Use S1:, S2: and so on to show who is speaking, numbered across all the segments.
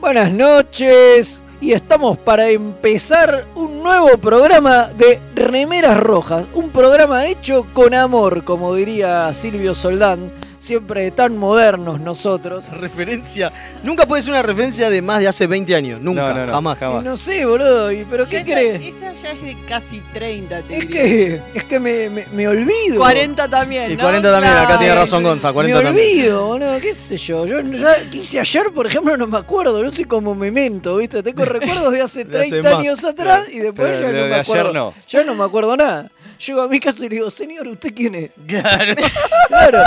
S1: Buenas noches y estamos para empezar un nuevo programa de Remeras Rojas, un programa hecho con amor, como diría Silvio Soldán, siempre tan modernos nosotros.
S2: Referencia. Nunca puede ser una referencia de más de hace 20 años. Nunca,
S3: No, no, no,
S2: jamás.
S3: jamás.
S1: No sé, boludo, y- pero
S4: Ya
S1: ¿qué
S4: esa-
S1: crees?
S4: Esa ya es de casi 30, te
S1: Es
S4: diría yo.
S1: que, es que me, me- me olvido.
S4: 40 también,
S2: Y
S4: ¿no?
S2: 40 también, acá
S4: Claro.
S2: tiene razón Gonza,
S1: me
S2: 40 también.
S1: olvido, boludo, qué sé yo. Yo ya hice ayer, por ejemplo, no me acuerdo. Yo soy como memento, ¿viste? Tengo recuerdos de hace
S2: De hace
S1: 30
S2: más,
S1: años atrás y después
S3: Pero
S1: ya
S3: de-
S1: no
S3: de
S1: me
S3: ayer
S1: acuerdo.
S3: no.
S1: Ya no me acuerdo nada. Llego a mi casa y le digo, señor, ¿usted quién es?
S2: Claro.
S1: Claro,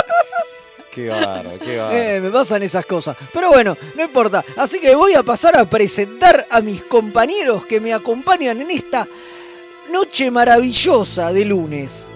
S3: Qué bárbaro, qué bárbaro.
S1: eh, me pasan esas cosas. Pero bueno, no importa. Así que voy a pasar a presentar a mis compañeros que me acompañan en esta noche maravillosa de lunes.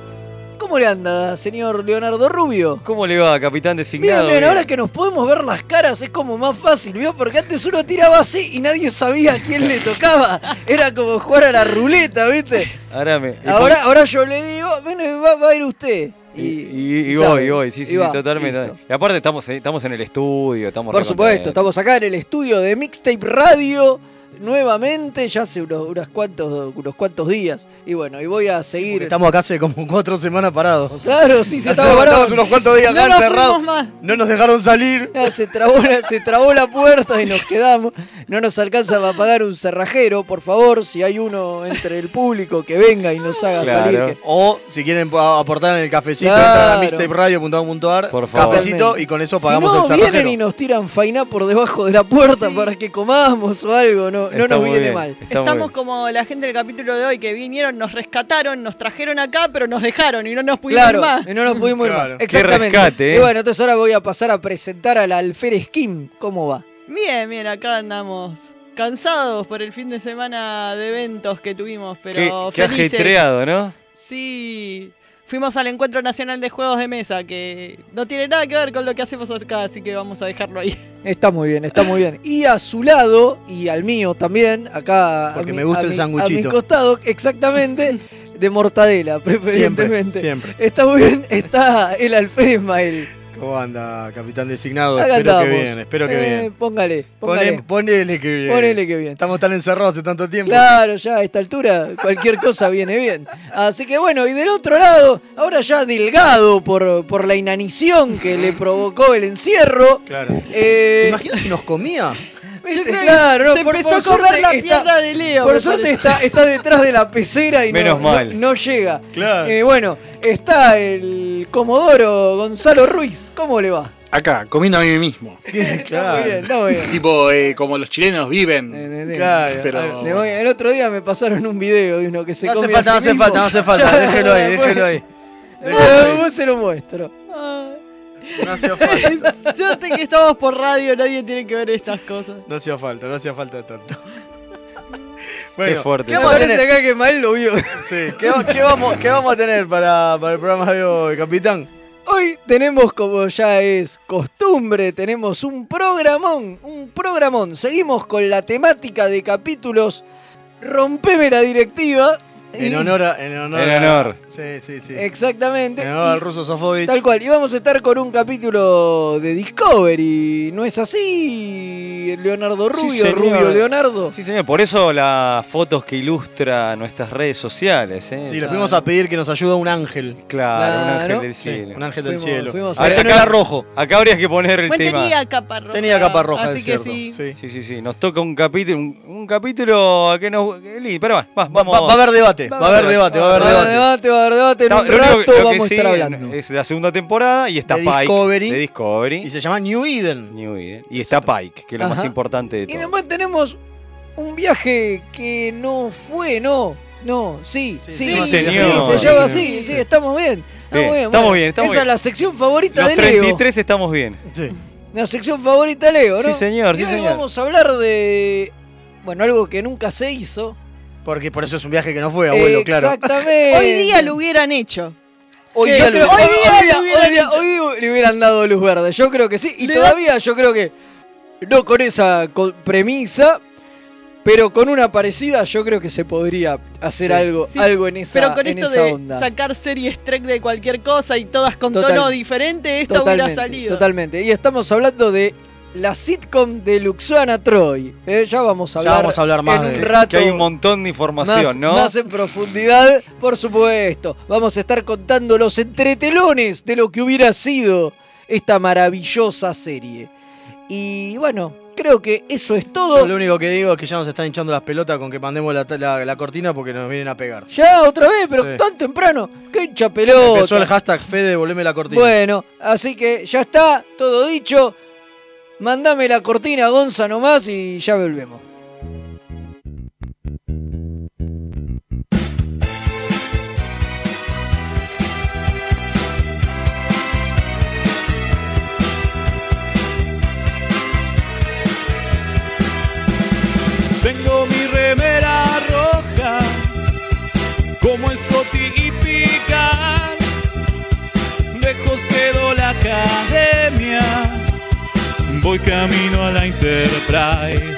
S1: ¿Cómo le anda, señor Leonardo Rubio?
S3: ¿Cómo le va, capitán
S1: Miren,
S3: designado?
S1: miren,
S3: Bien.
S1: ahora que nos podemos ver las caras es como más fácil, ¿vio? Porque antes uno tiraba así y nadie sabía a quién le tocaba. Era como jugar a la ruleta, ¿viste?
S3: Ahora me- y
S1: Ahora, ahora yo le digo, ven, va, va a ir usted.
S3: pon-
S1: Y,
S3: Y, y, y
S1: sabe.
S3: voy, y voy, sí, sí,
S1: Y va,
S3: totalmente.
S1: listo.
S3: Y aparte estamos, eh, estamos en el estudio, estamos
S1: Por
S3: re
S1: supuesto,
S3: contentos.
S1: estamos acá en el estudio de Mixtape Radio nuevamente, ya hace unos, unos cuantos, unos cuantos días. Y bueno, y voy a seguir.
S2: Estamos acá hace como cuatro semanas parados.
S1: Claro, sí, se estaba parado.
S2: Estamos unos cuantos días acá
S4: No nos
S2: encerrados.
S4: fuimos más.
S2: No nos dejaron salir.
S1: Ah, se, trabó la, se trabó la puerta y nos quedamos. No nos alcanza para pagar un cerrajero, por favor, si hay uno entre el público que venga y nos haga
S3: Claro.
S1: salir. que-
S2: O si quieren po- aportar en el cafecito,
S1: Claro.
S2: entran a mixtaperadio.com.ar,
S3: Por favor.
S2: cafecito y con eso pagamos
S1: si no,
S2: el cerrajero.
S1: vienen y nos tiran fainá por debajo de la puerta para que comamos o algo, no, no
S3: Está
S1: nos
S3: muy
S1: viene
S3: bien,
S1: mal.
S3: está muy
S4: Estamos
S3: bien.
S4: como la gente del capítulo de hoy que vinieron, nos rescataron, nos trajeron acá, pero nos dejaron y no nos
S1: claro,
S4: pudieron más.
S1: y no nos pudimos ir
S2: Claro.
S1: más. Exactamente.
S3: rescate, eh.
S1: Y bueno, entonces ahora voy a pasar a presentar al alférez Kim. ¿Cómo va?
S4: Bien, bien, acá andamos. Cansados por el fin de semana de eventos que tuvimos, pero
S3: Qué, qué
S4: felices.
S3: ajetreado, ¿no?
S4: Sí. Fuimos al Encuentro Nacional de Juegos de Mesa, que no tiene nada que ver con lo que hacemos acá, así que vamos a dejarlo ahí.
S1: Está muy bien, está muy bien. Y a su lado, y al mío también, acá. a
S2: Porque
S1: mi-
S2: me gusta
S1: a
S2: el
S1: mi-
S2: sanguchito.
S1: A mi costado, exactamente, de mortadela,
S2: Siempre,
S1: preferentemente.
S2: siempre.
S1: Está muy bien, está el alférez Mael.
S2: ¿Cómo anda, capitán designado?
S1: Acá
S2: espero que
S1: andamos.
S2: bien, espero que
S1: Eh,
S2: bien.
S1: Póngale,
S2: Ponele,
S1: póngale.
S2: ponele que bien.
S1: Ponele que bien.
S2: Estamos tan encerrados hace tanto tiempo.
S1: Claro, ya a esta altura cualquier cosa viene bien. Así que bueno, y del otro lado, ahora ya delgado por, por la inanición que le provocó el encierro.
S2: Claro.
S1: eh,
S2: ¿Te imaginas si nos comía?
S1: viste,
S4: Yo creo que
S1: claro,
S4: se
S1: por-
S4: empezó
S1: por
S4: a comer
S1: suerte
S4: la
S1: está-
S4: pierna de Leo.
S1: Por
S4: me
S1: suerte
S4: parece.
S1: está, está detrás de la pecera y no-
S3: Menos
S1: no,
S3: mal.
S1: no llega.
S2: Claro.
S1: Eh, bueno, está el Comodoro Gonzalo Ruiz. ¿Cómo le va?
S5: Acá, comiendo a mí mismo.
S1: Está muy bien, está muy bien.
S5: Tipo, eh, como los chilenos viven.
S1: Eh, eh, eh.
S2: Claro.
S5: Pero-
S1: Le voy- el otro día me pasaron un video de uno que se
S2: No hace
S1: come a
S2: falta, no
S1: sí
S2: hace
S1: mismo.
S2: falta, no hace falta.
S1: Ya,
S2: Déjelo ahí,
S1: bueno,
S2: déjelo ahí.
S1: bueno,
S2: Déjelo ahí.
S1: vos se lo muestro.
S4: Ah,
S2: No hacía falta.
S4: Yo sé que estamos por radio, nadie tiene que ver estas cosas.
S2: No hacía falta, no hacía falta tanto.
S3: Qué fuerte.
S2: ¿Qué
S1: Me
S2: vamos a
S1: parece
S2: tener,
S1: acá que mal lo vio.
S2: Sí, ¿qué va- qué vamos, qué vamos a tener para, para el programa de hoy, capitán?
S1: Hoy tenemos, como ya es costumbre, tenemos un programón, un programón. Seguimos con la temática de capítulos Rompeme la directiva. Y-
S2: En honor a. En honor.
S3: En
S2: a-
S3: honor.
S2: sí, sí, sí.
S1: Exactamente.
S2: En honor al
S1: Y-
S2: ruso Sofovich.
S1: Tal cual, y vamos a estar con un capítulo de Discovery, ¿no es así, Leonardo
S3: Sí,
S1: Rubio?
S3: señor.
S1: Rubio Leonardo.
S3: Sí, señor, por eso las fotos que ilustra nuestras redes sociales, ¿eh?
S2: Sí, le fuimos a pedir que nos ayude un ángel.
S3: Claro, un ángel
S1: Claro.
S3: del
S2: Sí,
S3: cielo.
S2: un ángel del
S1: Fuimos-
S2: cielo.
S1: fuimos
S3: a-
S2: Este no
S3: acá-
S2: era rojo.
S3: Acá habría que poner el
S4: Bueno,
S3: tema.
S4: Pues tenía capa roja.
S2: Tenía capa roja,
S4: Así
S2: es
S4: que
S2: cierto.
S4: sí.
S3: Sí, sí, sí. Nos toca un capítulo, un, un capítulo a que nos. que lindo. Pero va, va,
S2: Va,
S3: vamos.
S2: va- va a haber debate, va a haber debate, va a haber
S1: va a haber
S2: debate.
S1: debate, va a haber debate, en
S3: Está-
S1: un
S3: lo único-
S1: rato
S3: lo que
S1: vamos a
S3: sí
S1: estar hablando.
S3: Es la segunda temporada y está
S2: De
S3: Pike.
S2: Discovery.
S3: De Discovery.
S2: Y se llama New Eden.
S3: New Year. Y está Pike, que es lo más
S1: Ajá.
S3: importante de
S1: Y
S3: todo.
S1: después tenemos un viaje que no fue, no. No, sí, sí,
S2: Sí,
S1: sí,
S4: sí,
S1: sí,
S3: señor.
S1: se llama
S3: Sí,
S1: así, sí, estamos bien. Ah,
S3: Bien, estamos bien, estamos
S1: Esa
S3: bien.
S1: es la sección favorita
S3: Los
S1: de Leo.
S3: 33 estamos bien.
S2: Sí.
S1: La sección favorita de Leo, ¿no?
S3: Sí, señor,
S1: Y
S3: sí,
S1: hoy
S3: señor.
S1: vamos a hablar de, bueno, algo que nunca se hizo.
S2: Porque por eso es un viaje que no fue, abuelo, claro.
S1: Exactamente.
S4: Hoy día lo hubieran hecho.
S1: Hoy
S2: Yo
S1: día,
S2: creo-
S1: lo-
S4: hoy día
S1: hoy día-
S4: lo hubieran
S1: hoy día-
S4: hecho.
S1: hoy día le hubieran dado luz verde. Yo creo que sí. Y
S4: Le
S1: todavía yo creo que no con esa co- premisa, pero con una parecida yo creo que se podría hacer
S2: Sí.
S1: algo,
S4: Sí,
S1: algo en esa,
S4: Pero con
S1: en
S4: esto
S1: esa
S4: de
S1: onda.
S4: sacar series Trek de cualquier cosa y todas con
S1: Total-
S4: tono diferente, esto hubiera salido.
S1: Totalmente. Y estamos hablando de la sitcom de Luxana Troy. Eh, ya vamos a
S2: Ya
S1: hablar,
S2: vamos a hablar más
S1: en un
S2: de-
S1: rato.
S3: Que hay un montón de información,
S1: más,
S3: ¿no?
S1: más en profundidad, por supuesto. Vamos a estar contando los entretelones de lo que hubiera sido esta maravillosa serie. Y bueno, creo que eso es
S2: Yo
S1: todo.
S2: lo único que digo es que ya nos están hinchando las pelotas con que mandemos la, la- la cortina porque nos vienen a pegar.
S1: Ya, otra vez, pero
S2: Sí.
S1: tan temprano. ¡Qué hincha pelota!
S2: Empezó el hashtag Fede, devolveme la cortina.
S1: Bueno, así que ya está, todo dicho. Mandame la cortina, Gonza, nomás y ya volvemos.
S6: Tengo mi remera roja, como Scotty y Pican. Lejos quedó la academia, voy camino a la Enterprise.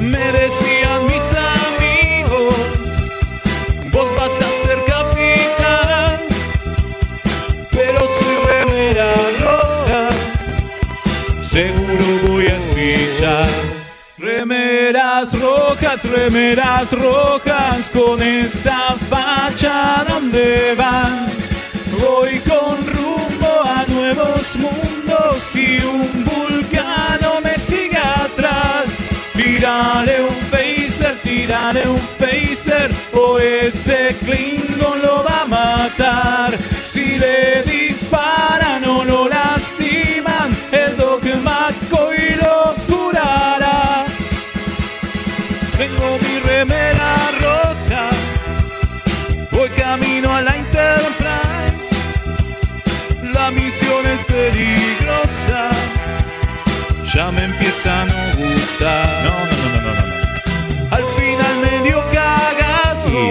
S6: Me decían mis amigos, vos vas a ser capitán, pero soy remera roja, seguro voy a escuchar. Remeras rojas, remeras rojas, con esa facha donde van. Voy con rumbo a nuevos mundos y un vulcano me sigue atrás. Tírale un phaser, tírale un phaser, o ese Klingon lo va a matar. Si le disparan o lo lastiman, el dogma y lo curará. Tengo mi remera rota, voy camino a la Enterprise. La misión es peligrosa, ya me empieza a no gustar. Al final me dio cagazo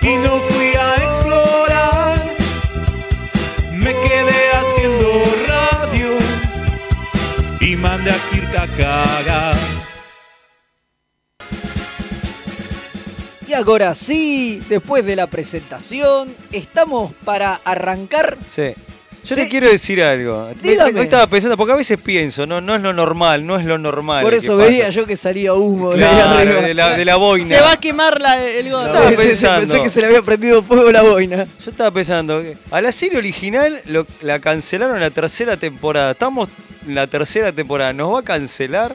S6: y no fui a explorar. Me quedé haciendo radio y mandé a Kirk a cagar.
S1: Y ahora sí, después de la presentación, estamos para arrancar.
S3: Sí. Yo
S1: Sí.
S3: le quiero decir algo. Me-
S1: Dígame.
S3: Hoy estaba pensando, porque a veces pienso, no, no es lo normal, no es lo normal.
S1: Por
S3: que
S1: eso
S3: pasa.
S1: veía yo que salía humo de ahí
S3: Claro,
S1: arriba.
S3: de, la, de la boina.
S4: Se va a quemar la- el
S3: Ya
S1: Sí,
S3: estaba
S1: sí,
S4: gozo.
S1: sí,
S3: pensando.
S1: pensé que se le había prendido fuego la boina.
S3: Yo estaba pensando, que a la serie original lo- la cancelaron la tercera temporada. Estamos en la tercera temporada. ¿Nos va a cancelar?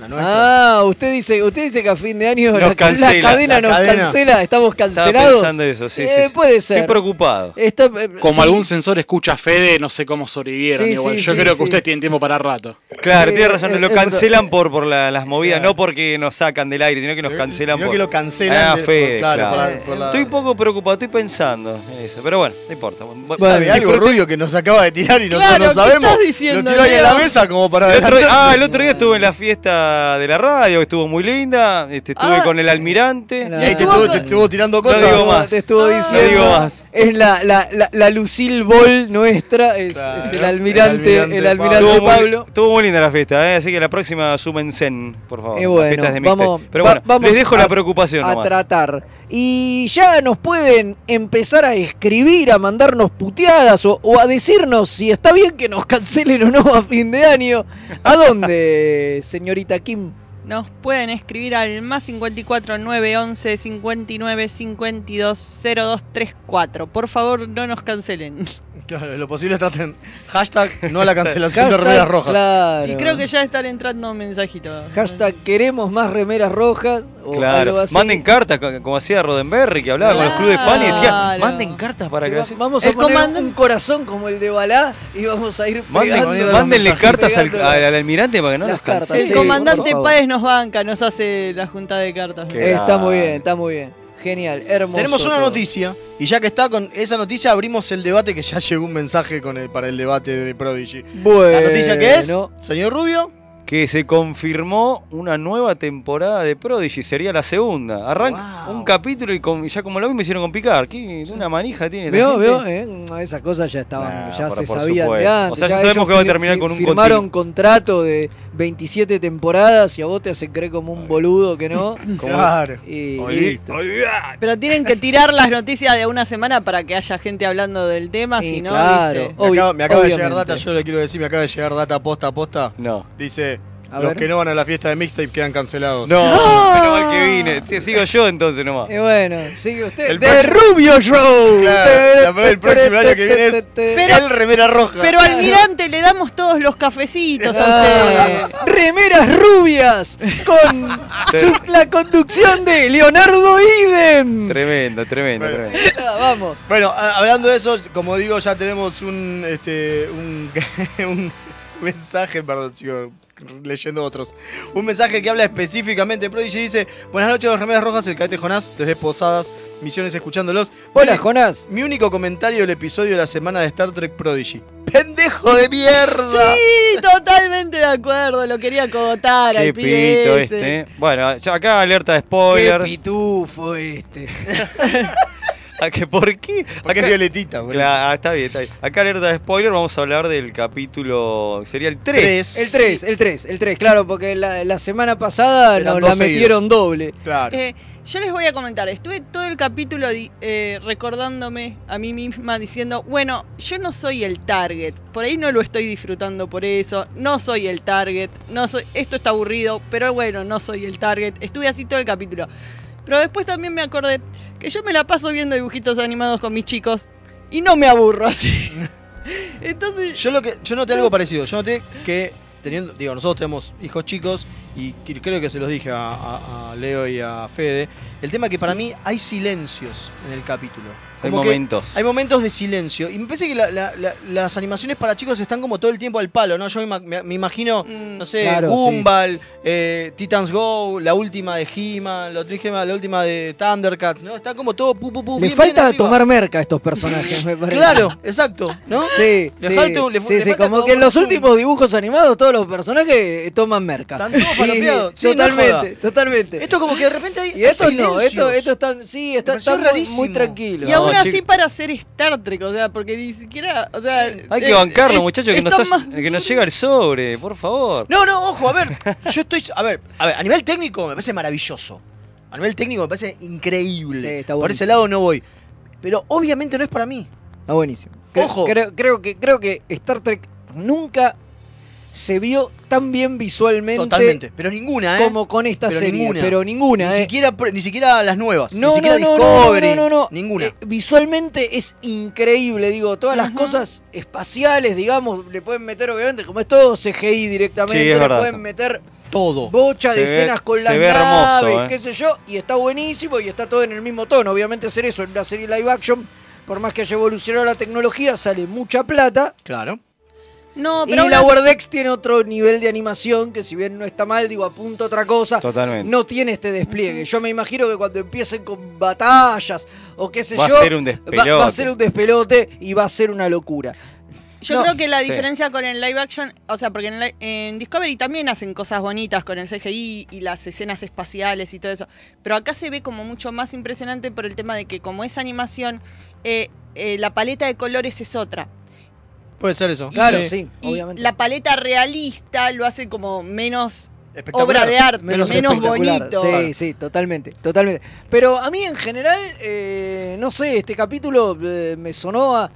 S2: La nuestra.
S1: Ah, usted dice, usted dice que a fin de año
S3: Nos
S1: la, la
S3: cancela,
S1: cadena
S2: la
S1: nos
S2: cadena.
S1: cancela, estamos
S3: Estaba
S1: cancelados.
S3: pensando eso, sí,
S1: Eh,
S3: sí, sí.
S1: Puede ser.
S3: Estoy preocupado.
S1: Está- eh,
S5: Como
S1: sí.
S5: algún sensor escucha a Fede, no sé cómo sobrevivieron.
S1: Sí,
S5: igual.
S1: sí,
S5: Yo
S1: sí,
S5: creo
S1: sí.
S5: que ustedes tienen tiempo para rato.
S3: Claro,
S1: Eh,
S3: tiene razón.
S1: eh,
S3: Lo
S1: es verdad.
S3: cancelan por, por la- las movidas, no porque nos sacan del aire, sino que nos cancelan
S2: Eh, Sino
S3: por.
S2: que lo cancelan.
S3: Ah,
S2: de-
S3: Fede,
S2: por- claro,
S3: claro.
S2: por la- por la-
S3: Estoy un poco preocupado, estoy pensando eso. Pero bueno, no importa.
S1: Bueno,
S2: Sabe algo rubio que nos acaba de tirar y nosotros
S4: Claro,
S2: no
S4: ¿qué
S2: sabemos.
S4: estás diciendo,
S2: lo tiró ahí en
S4: Leo?
S2: la mesa como para
S3: El otro día-
S2: adelantar.
S3: ah, el otro día estuve en la fiesta de la radio, que estuvo muy linda. este, estuve
S4: Ah.
S3: con el almirante.
S2: Y ahí te
S4: Estuvo
S2: estuvo,
S4: con-
S2: te estuvo tirando
S3: No
S2: cosas.
S3: digo más.
S1: Te estuvo
S4: No
S1: diciendo.
S3: digo más.
S1: Es la, la, la, la Lucille Ball nuestra, es,
S2: Claro,
S1: es el almirante,
S2: el
S1: el almirante,
S2: almirante
S3: Estuvo muy,
S1: Pablo.
S3: estuvo muy linda la fiesta, ¿eh? así que la próxima zen, por favor.
S1: Y
S3: las
S1: bueno,
S3: fiestas de
S1: vamos-
S3: Mister. Pero
S1: va-
S3: bueno,
S1: vamos
S3: les dejo
S1: a-
S3: la preocupación
S1: A
S3: nomás.
S1: tratar. Y ya nos pueden empezar a escribir, a mandarnos puteadas o, o a decirnos si está bien que nos cancelen o no a fin de año. ¿A dónde, señorita Kim?
S4: Nos pueden escribir al más 54 911 59 52 0234. Por favor, no nos cancelen.
S2: Claro, lo posible traten. Hashtag no a la cancelación de
S1: Hashtag,
S2: remeras rojas.
S1: claro.
S4: Y creo que ya están entrando mensajitos.
S1: Hashtag queremos más remeras rojas. O algo
S3: Claro,
S1: así.
S3: manden cartas, co- como hacía Rodenberry, que hablaba con los clubes de fan y decía,
S4: Claro.
S3: manden cartas para
S1: Sí,
S3: que
S1: va-
S3: las-
S1: Vamos a
S4: El
S1: poner
S4: comando-
S1: un corazón como el de Balá y vamos a ir
S3: Manden-
S1: pegando.
S2: poniendo los
S3: mándenle
S2: mensajes,
S3: cartas al,
S1: pegando.
S3: al- al almirante para que no
S1: Las
S3: las cancelen.
S1: cartas,
S4: El
S1: sí, por
S4: comandante
S1: favor.
S4: Páez nos banca, nos hace la junta de cartas.
S3: Qué-
S1: Está muy
S3: grande.
S1: bien, está muy bien. Genial, hermoso.
S2: Tenemos una
S1: todo.
S2: noticia, y ya que está con esa noticia, abrimos el debate que ya llegó un mensaje con el, para el debate de Prodigy.
S1: Bueno,
S2: ¿La noticia qué es? Señor Rubio,
S3: que se confirmó una nueva temporada de Prodigy, sería la segunda. Arranca
S1: Wow.
S3: un capítulo y con- ya como lo mismo hicieron con Picar. ¿Qué, una manija tiene. esta
S1: Veo,
S3: gente?
S1: veo, eh, esas cosas ya estaban,
S3: Nah,
S1: ya
S3: por-
S1: se
S3: por
S1: sabían de
S3: supuesto.
S1: antes.
S3: O sea, ya
S1: ellos
S3: sabemos que va a
S1: fir-
S3: terminar
S1: fir-
S3: con un
S1: Firmaron
S3: continu-
S1: contrato de 27 temporadas y a vos te hacen creer como un boludo que no.
S2: Claro.
S1: Y,
S3: Olvi-
S1: y listo.
S3: olvidá.
S4: Pero tienen que tirar las noticias de una semana para que haya gente hablando del tema,
S1: Y
S4: si no,
S1: claro.
S4: ¿viste?
S2: Me acaba,
S1: Obvi-
S2: me acaba de llegar
S1: obviamente.
S2: data, yo le quiero decir, me acaba de llegar data posta a posta.
S3: No.
S2: Dice,
S1: A
S2: los
S1: ver.
S2: que no van a la fiesta de mixtape quedan cancelados.
S3: No, menos mal que vine. Sí, sigo yo entonces nomás.
S1: Y bueno, sigue usted.
S2: El
S1: ¡De
S2: próximo-
S1: Rubio Show!
S2: Claro, la- el próximo año que viene es-
S1: Pero-
S2: El remera roja.
S4: Pero almirante, le damos todos los cafecitos a
S1: Ah,
S4: usted.
S1: remeras rubias con su- la conducción de Leonardo Idem.
S3: Tremendo, tremendo,
S2: Bueno.
S3: tremendo.
S1: Ah, Vamos.
S2: Bueno, a- hablando de eso, como digo, ya tenemos un, este, un, un mensaje, perdón, sigo leyendo otros. Un mensaje que habla específicamente de Prodigy y dice, buenas noches, los remeras rojas, el cadete Jonás, desde Posadas, Misiones escuchándolos.
S1: Hola,
S2: Mi-
S1: Jonás.
S2: Mi único comentario del episodio de la semana de Star Trek Prodigy. ¡Pendejo de mierda!
S4: Sí, totalmente de acuerdo, lo quería acogotar
S3: Qué
S4: al pibe
S3: pito
S4: ese.
S3: este. Bueno, ya acá alerta de
S1: Qué
S3: spoilers.
S1: pitufo este.
S3: ¿A Ah, que ¿Por qué?
S2: Porque es
S3: Acá-
S2: violetita, boludo.
S3: Claro, ah, está bien, está bien. Acá alerta de spoiler, vamos a hablar del capítulo. Sería el 3.
S2: Tres.
S1: El 3, el 3, el 3, claro, porque la, la semana pasada nos
S2: Eran dos
S1: la
S2: seguidos.
S1: metieron doble.
S2: Claro.
S4: Eh, yo les voy a comentar, estuve todo el capítulo di- eh, recordándome a mí misma diciendo, bueno, yo no soy el target, por ahí no lo estoy disfrutando por eso, no soy el target, no soy, esto está aburrido, pero bueno, no soy el target, estuve así todo el capítulo. Pero después también me acordé que yo me la paso viendo dibujitos animados con mis chicos y no me aburro así. Entonces,
S2: Yo, lo que, yo noté algo parecido. Yo noté que, teniendo, digo, nosotros tenemos hijos chicos y que- creo que se los dije a, a- a Leo y a Fede. El tema que para mí hay silencios en el capítulo.
S3: Hay
S2: Como que
S3: momentos.
S2: Hay momentos de silencio. Y me parece que la- la- la- las animaciones para chicos están como todo el tiempo al palo, ¿no? Yo me, ima- me- me imagino,
S4: mm,
S2: no sé,
S1: Claro,
S2: Gumball, eh, Titans Go, la última de He-Man, la, última- la última de Thundercats, ¿no? Está como todo pu, pu, pu,
S1: Le
S2: Uh, bien, bien
S1: falta
S2: arriba.
S1: tomar merca a estos personajes, me parece.
S2: Claro, exacto, ¿no?
S1: Sí,
S2: Le
S1: sí,
S2: falta un- le-
S1: sí,
S2: le
S1: sí,
S2: falta
S1: como
S2: como
S1: que en los
S2: un-
S1: últimos dibujos animados todos los personajes eh, toman merca.
S2: Están todos palopeados.
S1: Y-
S2: Sí, no
S1: totalmente,
S2: joda.
S1: totalmente.
S2: Esto como que de repente hay
S1: y esto no,
S2: silencios.
S1: esto, esto está, sí, está,
S2: Me pareció
S1: está muy-
S2: rarísimo.
S1: muy tranquilo.
S4: Y aún
S3: No,
S4: así
S3: chico.
S4: para hacer Star Trek, o sea, porque ni siquiera, o sea,
S3: Hay que
S4: eh,
S3: bancarlo,
S4: eh,
S3: muchachos, que, nos
S4: están
S3: estás-
S4: más-
S3: que nos llega el sobre, por favor.
S2: No, no, ojo, a ver. Yo estoy. A ver, a ver, a nivel técnico me parece maravilloso. A nivel técnico me parece increíble.
S1: Sí, está
S2: Por ese
S1: buenísimo.
S2: lado no voy. Pero obviamente no es para mí.
S1: Está buenísimo. Cre-
S2: Ojo.
S1: Creo, creo que, creo que Star Trek nunca se vio tan bien visualmente
S2: Totalmente. Pero ninguna, ¿eh?
S1: como con esta
S2: Pero
S1: serie.
S2: ninguna.
S1: Pero ninguna,
S2: ni,
S1: ¿eh?
S2: siquiera, pre- ni siquiera las nuevas.
S1: No,
S2: ni siquiera
S1: no, no, no,
S2: Discovery.
S1: no, no, no, no.
S2: Ninguna.
S1: Eh, visualmente es increíble, digo, todas las
S4: Ujú.
S1: cosas espaciales, digamos, le pueden meter obviamente, como es todo CGI directamente,
S3: Sí, es
S1: le
S3: verdad.
S1: pueden meter
S2: Todo.
S1: bocha
S3: Se
S1: de
S3: ve-
S1: escenas con
S3: se
S1: las
S3: ve hermoso,
S1: naves,
S3: eh.
S1: qué sé yo, y está buenísimo y está todo en el mismo tono. Obviamente hacer eso en una serie live action, por más que haya evolucionado la tecnología, sale mucha plata.
S2: Claro.
S4: No,
S1: Y
S4: pero aún
S1: la
S4: así-
S1: Wordex tiene otro nivel de animación que si bien no está mal, digo, apunta a otra cosa.
S3: Totalmente.
S1: No tiene este despliegue. Yo me imagino que cuando empiecen con batallas o qué sé
S3: Va a
S1: yo,
S3: ser un
S1: va,
S3: despelote.
S1: va a ser un despelote y va a ser una locura.
S4: Yo
S1: No,
S4: creo que la
S3: sí.
S4: diferencia con el live action, o sea, porque en, li- en Discovery también hacen cosas bonitas con el CGI y las escenas espaciales y todo eso, pero acá se ve como mucho más impresionante por el tema de que como es animación, eh, eh, la paleta de colores es otra.
S2: Puede ser eso.
S1: Claro,
S2: Sí.
S1: sí,
S4: Y
S1: obviamente.
S4: la paleta realista lo hace como menos
S2: Espectacular.
S4: obra de arte, menos,
S1: espectacular.
S4: bonito.
S1: Sí, sí, totalmente, totalmente. Pero a mí en general, eh, no sé, este capítulo eh, me sonó a...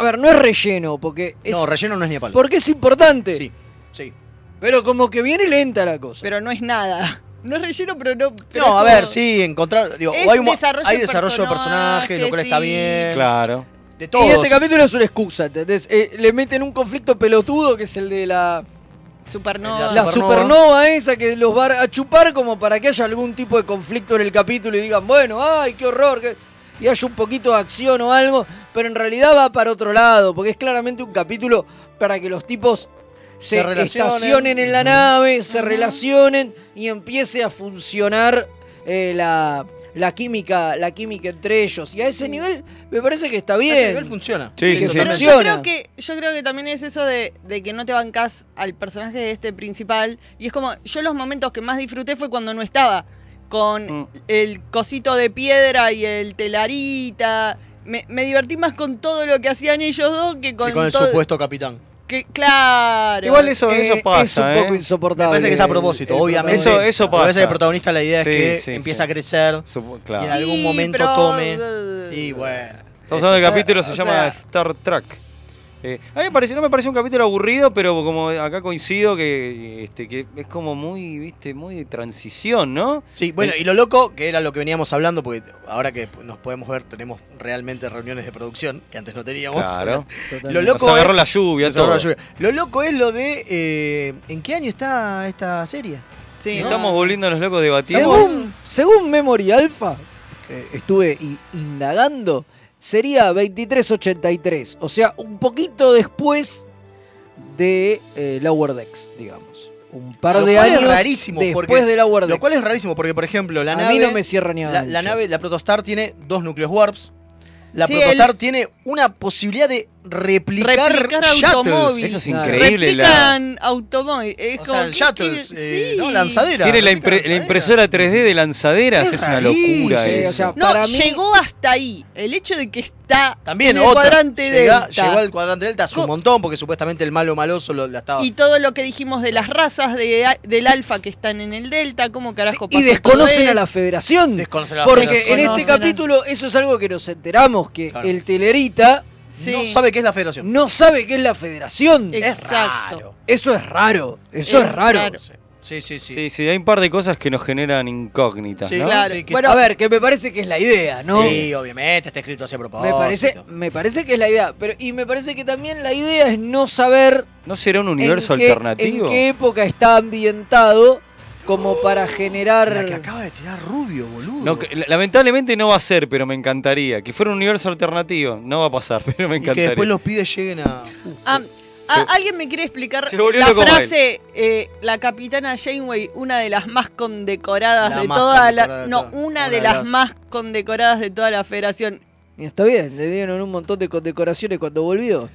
S1: A ver, no es relleno, porque es,
S2: No, relleno no es ni a palo.
S1: porque es importante.
S2: Sí, sí.
S1: Pero como que viene lenta la cosa.
S4: Pero no es nada. No es relleno, pero no. pero es
S2: No, a
S4: como-
S2: ver, sí, encontrar. Digo,
S4: Es
S2: o hay, un-
S4: desarrollo
S2: hay
S4: de
S2: desarrollo de personajes, lo cual
S4: personajes,
S2: está
S4: sí.
S2: bien.
S3: Claro.
S2: De todos.
S1: Y este capítulo es una excusa, ¿entendés? Eh, le meten un conflicto pelotudo que es el de la,
S4: Supernova.
S1: la
S2: supernova.
S1: supernova esa que los va a chupar como para que haya algún tipo de conflicto en el capítulo y digan, bueno, ay, qué horror, que... y haya un poquito de acción o algo, pero en realidad va para otro lado, porque es claramente un capítulo para que los tipos se,
S2: Se relacionen.
S1: estacionen en la
S2: Ujú.
S1: nave, se
S4: Ujú.
S1: relacionen y empiece a funcionar eh, la, la química, la química entre ellos. Y a ese
S4: Sí.
S1: nivel me parece que está
S2: A ese nivel
S1: bien.
S2: funciona.
S3: Sí, sí, sí.
S4: Pero
S2: totalmente.
S4: yo
S1: Funciona.
S4: creo, que, yo creo que también es eso de, de que no te bancas al personaje de este principal. Y es como, yo los momentos que más disfruté fue cuando no estaba. Con
S3: Mm.
S4: el cosito de piedra y el telarita. Me, me divertí más con todo lo que hacían ellos dos que con,
S2: Y con el
S4: todo-
S2: supuesto capitán.
S4: que- claro.
S3: Igual eso,
S1: Eh,
S3: eso pasa,
S1: es un poco
S3: ¿eh?
S1: insoportable.
S2: Me parece que es a
S1: el-
S2: propósito,
S1: el
S2: obviamente.
S1: protagonista.
S3: Eso- eso
S2: A
S3: pasa.
S2: veces el protagonista la idea es
S3: Sí,
S2: que
S3: sí,
S2: empieza
S3: sí.
S2: a crecer
S3: Supo-
S2: y en
S3: claro.
S4: Sí,
S2: algún momento
S4: pero-
S2: tome. Y bueno.
S3: Estamos hablando del
S4: o sea,
S3: capítulo, se
S4: o
S3: llama
S4: sea-
S3: Star Trek. Eh, a mí me pareció, no me pareció un capítulo aburrido, pero como acá coincido que, este, que es como muy, viste, muy de transición, ¿no?
S2: Sí, bueno,
S3: El-
S2: y lo loco, que era lo que veníamos hablando, porque ahora que nos podemos ver, tenemos realmente reuniones de producción, que antes no teníamos.
S3: Claro.
S1: Totalmente.
S2: Lo loco
S3: Nos agarró
S2: es-
S3: la lluvia,
S2: Nos agarró la
S3: todo.
S2: lluvia. Lo loco es lo de eh, en qué año está esta serie.
S3: Y
S4: Sí, ¿no?
S3: Estamos volviendo a los locos debatiendo.
S1: Según, según Memory Alpha, que estuve i- indagando, sería 2383. O sea, un poquito después de eh, Lower Decks, digamos. Un par
S2: Lo
S1: de
S2: cual es
S1: años
S2: rarísimo,
S1: después
S2: porque-
S1: de Lower Decks.
S2: Lo cual es rarísimo, porque por ejemplo, la
S1: A
S2: nave.
S1: mí no me cierra ni
S2: la, la
S1: ancho.
S2: nave, la Protostar tiene dos núcleos warps. La
S4: Sí,
S2: Protostar
S4: el-
S2: tiene una posibilidad de replicar,
S4: Replicar
S2: shuttles.
S4: automóvil.
S3: Eso es
S1: Claro.
S3: increíble. La,
S4: Replican automóvil. Es
S2: O
S4: como,
S2: sea, el
S4: ¿qué
S2: shuttles,
S4: quiere?
S2: eh, ¿no?
S4: Sí.
S2: Lanzadera.
S3: tiene la,
S2: replica
S3: impre- la
S2: lanzadera.
S3: impresora 3D de lanzaderas,
S2: Es
S3: es una
S2: rarísimo.
S3: locura
S1: Sí,
S3: eso.
S1: o sea,
S4: No,
S1: Para mí-
S4: llegó hasta ahí. El hecho de que está
S2: También
S4: en el
S2: otra.
S4: cuadrante
S2: Llega-
S4: delta.
S2: Llegó al cuadrante delta hace un
S4: Co-
S2: montón, porque supuestamente el malo maloso lo, la estaba.
S4: Y todo lo que dijimos de las razas de, a- del alfa que están en el delta, cómo carajo
S1: y
S4: pasó
S1: desconocen
S4: todo
S1: a la federación.
S2: Desconoce la
S1: Porque
S2: federación.
S1: en este
S4: Desconocen.
S1: capítulo eso es algo que nos enteramos, que
S2: Claro.
S1: el telerita
S4: esto? Sí,
S2: No sabe qué es la federación.
S1: no sabe qué es la federación.
S4: Eh,
S2: Es
S4: exacto.
S2: raro.
S1: Eso es raro, eso es,
S4: Es
S1: raro.
S4: raro.
S2: Sí, sí, sí.
S3: Sí, sí, hay un par de cosas que nos generan incógnitas,
S2: Sí,
S3: ¿no?
S4: claro.
S2: Sí, que-
S1: Bueno, a ver, que me parece que es la idea, ¿no?
S2: Sí, obviamente, está escrito así a
S1: Me
S2: propósito.
S1: parece, me parece que es la idea. Pero, y me parece que también la idea es no saber
S3: ¿No será un universo
S1: en, qué,
S3: alternativo?
S1: en qué época está ambientado como para
S2: La que
S1: generar.
S2: acaba de tirar Rubio, boludo.
S3: No, que- la- lamentablemente no va a ser, pero me encantaría. Que fuera un universo alternativo. No va a pasar, pero me
S2: y que
S3: encantaría.
S2: después los pibes lleguen a.
S4: Ah, ah,
S3: Se-
S4: ¿Alguien me quiere explicar
S3: Se volvió
S4: la
S3: loco
S4: frase, eh, la capitana Janeway, una de las más condecoradas
S2: La
S4: de
S2: más
S4: toda
S2: condecorada
S4: la...
S2: de
S4: No,
S2: todas.
S4: una, de, las, más condecoradas de toda la federación.
S1: Y Está bien, le dieron un montón de condecoraciones cuando volvió.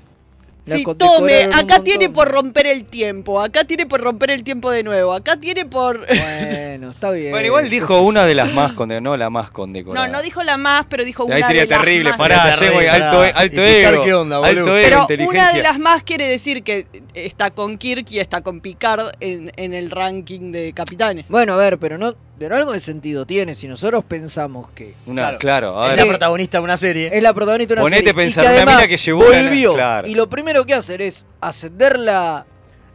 S1: La
S4: Sí,
S1: condecoraron
S4: tome,
S1: un
S4: acá
S1: montón.
S4: tiene por romper el tiempo, acá tiene por romper el tiempo de nuevo, acá tiene por...
S1: Bueno, está bien.
S3: Bueno, igual
S1: Eh, Qué sé
S3: dijo
S1: yo.
S3: una de las más conde- no la más condecorada.
S4: No, no dijo la más, pero dijo una
S3: Ahí sería
S4: de las
S3: terrible,
S4: más.
S3: pará,
S2: Sería terrible,
S3: Jengui, alto, e,
S2: pará.
S3: alto
S2: Y picar,
S3: ego.
S2: ¿qué onda, boludo?
S3: alto ego,
S4: Pero
S3: inteligencia.
S4: una de las más quiere decir que está con Kirk y está con Picard en, en el ranking de capitanes.
S1: Bueno, a ver, pero no, pero algo de sentido tiene si nosotros pensamos que
S3: Una-
S2: Claro.
S3: claro. a
S2: Es
S3: ver.
S2: la
S1: Sí.
S2: protagonista de una serie.
S1: es la protagonista de una
S3: Ponete
S1: serie
S3: a pensar,
S1: y que
S3: una mina
S1: además
S3: que llevó la-
S1: volvió
S3: claro.
S1: y lo primero que hacen es ascenderla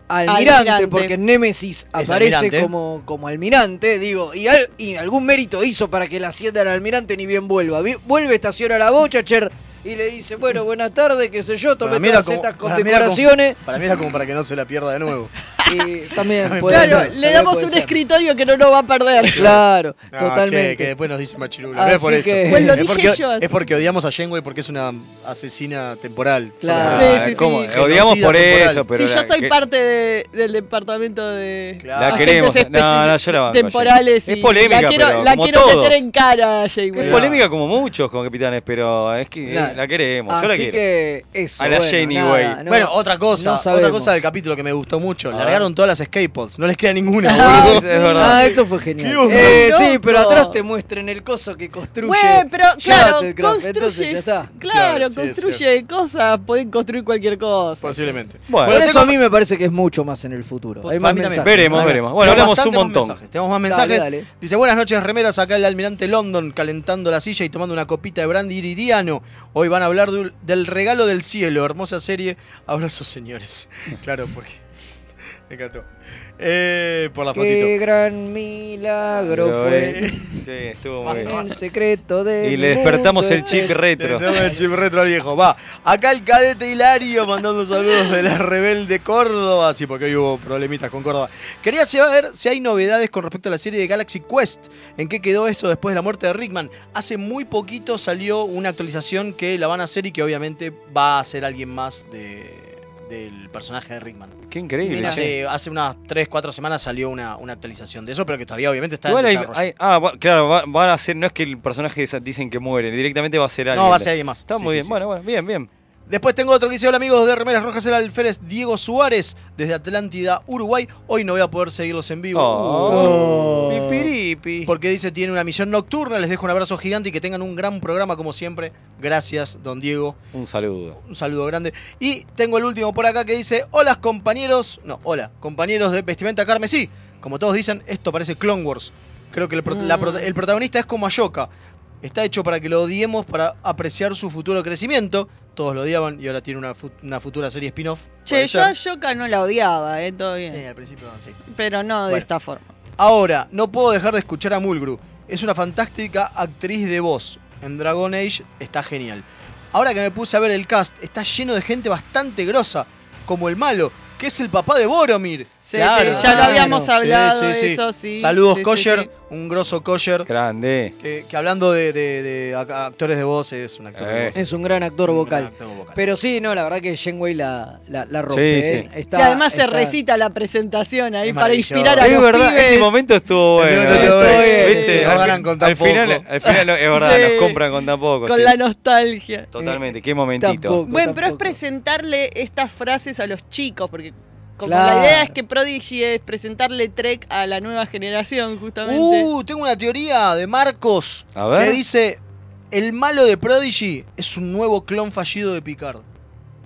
S1: al almirante,
S4: Almirante.
S1: porque Némesis aparece
S2: almirante.
S1: como, como almirante, digo, y, al- y algún mérito hizo para que la asciendan al almirante ni bien vuelva. Vi- vuelve, estaciona la Bochacher y le dice, bueno, buenas tardes, qué sé yo, tomé
S2: Para mí era
S1: todas
S2: como-
S1: estas
S2: para mí era
S1: condecoraciones.
S2: Para mí era como para que no se la pierda de nuevo.
S1: y también
S2: Claro,
S1: puede
S4: claro,
S1: ser,
S4: le
S1: también
S4: damos
S1: puede
S4: un
S1: ser.
S4: escritorio que no nos va a perder.
S1: Claro,
S2: No,
S1: totalmente.
S2: che, que después nos dice machirulo. No es
S1: Así
S2: por eso.
S1: que-
S4: Pues lo
S2: es,
S4: dije
S2: porque,
S4: yo.
S2: es porque odiamos a Janeway porque es una asesina temporal.
S1: Claro.
S3: Ah,
S4: Sí, sí,
S3: ¿cómo?
S4: sí.
S3: Odiamos
S2: Genocida
S3: por
S2: temporal.
S3: eso, pero.
S4: si
S3: la-
S4: yo soy
S3: que-
S4: parte de- del departamento de
S2: Claro.
S3: La
S2: Ah,
S3: queremos.
S4: agentes
S3: No, no, yo la banco.
S4: temporales.
S3: Es
S4: y
S3: polémica,
S4: la quiero,
S3: pero
S4: la
S3: como
S4: quiero
S3: todos.
S4: meter en cara, Jay
S3: Es
S2: Cuidado.
S3: polémica como muchos con capitanes, pero es que eh,
S1: Claro.
S3: la queremos. yo la
S1: Así
S3: quiero.
S1: que eso.
S3: A la
S1: bueno,
S3: Janeway.
S4: Ah,
S1: nada, no-
S2: bueno, otra cosa,
S1: no
S2: otra
S1: sabemos.
S2: cosa del capítulo que me gustó mucho.
S3: A
S2: Largaron todas las escape pods, no les queda ninguna,
S4: Ah,
S2: boludo.
S3: Es verdad.
S1: Ah, eso fue
S2: Qué
S1: genial.
S2: onda.
S1: Eh, sí,
S4: Loco.
S1: pero atrás te muestran el coso que construye.
S4: Güey, pero claro,
S1: Shuttlecraft, entonces
S4: construye.
S1: ya está.
S2: Claro,
S4: Claro,
S2: sí, Pues
S4: construye cosas, pueden construir cualquier cosa.
S2: Posiblemente.
S3: Bueno,
S1: Por
S2: Bueno,
S1: eso
S2: tengo-
S1: a mí me parece que es mucho más en el futuro. Hay más
S2: Para mí también.
S1: mensajes.
S3: Veremos,
S2: Para-
S3: veremos.
S2: Tengo
S3: Bueno, hablamos un
S2: bastante más
S3: montón.
S2: mensajes, Tenemos más mensajes.
S1: Dale, dale.
S2: Dice, buenas noches, remeras. Acá el almirante London calentando la silla y tomando una copita de brandy iridiano. Hoy van a hablar de un- del regalo del cielo. Hermosa serie. Abrazos, señores. Claro, porque... Me encantó. Eh, por la fotito.
S1: Qué gran milagro fue.
S3: Sí, estuvo muy bien.
S1: El secreto de.
S3: Y le despertamos el chip retro.
S2: Tenemos el chip retro al viejo. Va, acá el cadete Hilario mandando saludos de la rebelde Córdoba. Sí, porque hoy hubo problemitas con Córdoba. Quería saber si hay novedades con respecto a la serie de Galaxy Quest. ¿En qué quedó esto después de la muerte de Rickman? Hace muy poquito salió una actualización que la van a hacer y que obviamente va a hacer alguien más de del personaje de Rickman.
S3: Qué increíble.
S4: Mirá.
S2: Hace,
S3: che.
S2: hace unas 3, 4 semanas salió una, una actualización de eso, pero que todavía obviamente está
S3: Igual
S2: en
S3: hay-
S2: desarrollo.
S3: hay- ah, va- claro, va- van a ser, no es que el personaje esa- dicen que muere, directamente va a ser alguien.
S2: no, va a ser alguien más.
S3: Está
S2: Sí,
S3: muy
S2: sí,
S3: bien,
S2: sí,
S3: bueno,
S2: sí.
S3: bueno, bien, bien.
S2: Después tengo otro que dice, hola amigos de Remeras Rojas, el alférez Diego Suárez, desde Atlántida, Uruguay. Hoy no voy a poder seguirlos en vivo.
S3: Oh.
S1: Oh.
S3: Pipiripi.
S2: Porque dice, tiene una misión nocturna, les dejo un abrazo gigante y que tengan un gran programa como siempre. Gracias, don Diego.
S3: Un saludo.
S2: Un saludo grande. Y tengo el último por acá que dice, hola compañeros, no, hola, compañeros de Vestimenta Carmesí. Como todos dicen, esto parece Clone Wars. Creo que el, pro-
S1: Mm.
S2: la pro- el protagonista es como Ashoka. Está hecho para que lo odiemos, para apreciar su futuro crecimiento. Todos lo odiaban y ahora tiene una, fu- una futura serie spin-off.
S4: Che,
S2: puede
S4: yo a
S2: ser.
S4: Yoka no la odiaba, eh, todo bien.
S2: Eh, al principio sí.
S4: Pero no de
S2: Bueno.
S4: esta forma.
S2: Ahora, no puedo dejar de escuchar a Mulgrew. Es una fantástica actriz de voz. En Dragon Age está genial. Ahora que me puse a ver el cast, está lleno de gente bastante grosa, como el malo, que es el papá de Boromir.
S4: Sí,
S2: Claro.
S4: sí, ya lo
S1: claro.
S4: habíamos
S2: Sí,
S4: hablado,
S2: sí, sí.
S4: eso sí.
S2: Saludos,
S4: sí, sí,
S2: Kosher,
S4: sí.
S2: un grosso Kosher.
S3: Grande.
S2: Que, que hablando de, de- de a- actores de voz, es un actor de
S3: Eh.
S2: voz.
S1: Es un gran actor
S2: Un gran
S1: vocal.
S2: actor vocal.
S1: Pero sí, no, la verdad que Shenway la, la, la rompe.
S3: Sí,
S1: ¿eh?
S3: sí.
S1: Está-
S4: Sí, además se
S1: está-
S4: recita la presentación ahí
S2: Es
S4: para
S2: maravilloso.
S4: inspirar a
S3: Es
S4: los
S3: verdad,
S4: pibes.
S3: ese momento estuvo
S2: Ese
S3: bueno.
S2: momento
S1: estuvo bueno.
S3: ¿Viste?
S2: Nos
S3: Al
S2: ganan
S3: fin-
S2: con tan
S3: al final,
S2: poco.
S3: al final lo- es verdad,
S4: Sí.
S3: nos compran con tan poco.
S4: Con
S3: sí.
S4: la nostalgia.
S3: Totalmente, qué momentito.
S1: Tampoco.
S4: Bueno, pero es
S1: tampoco.
S4: presentarle estas frases a los chicos, porque como
S1: Claro.
S4: la idea es que Prodigy es presentarle Trek a la nueva generación, justamente.
S2: Uh, tengo una teoría de Marcos
S3: A ver.
S2: que dice: El malo de Prodigy es un nuevo clon fallido de Picard.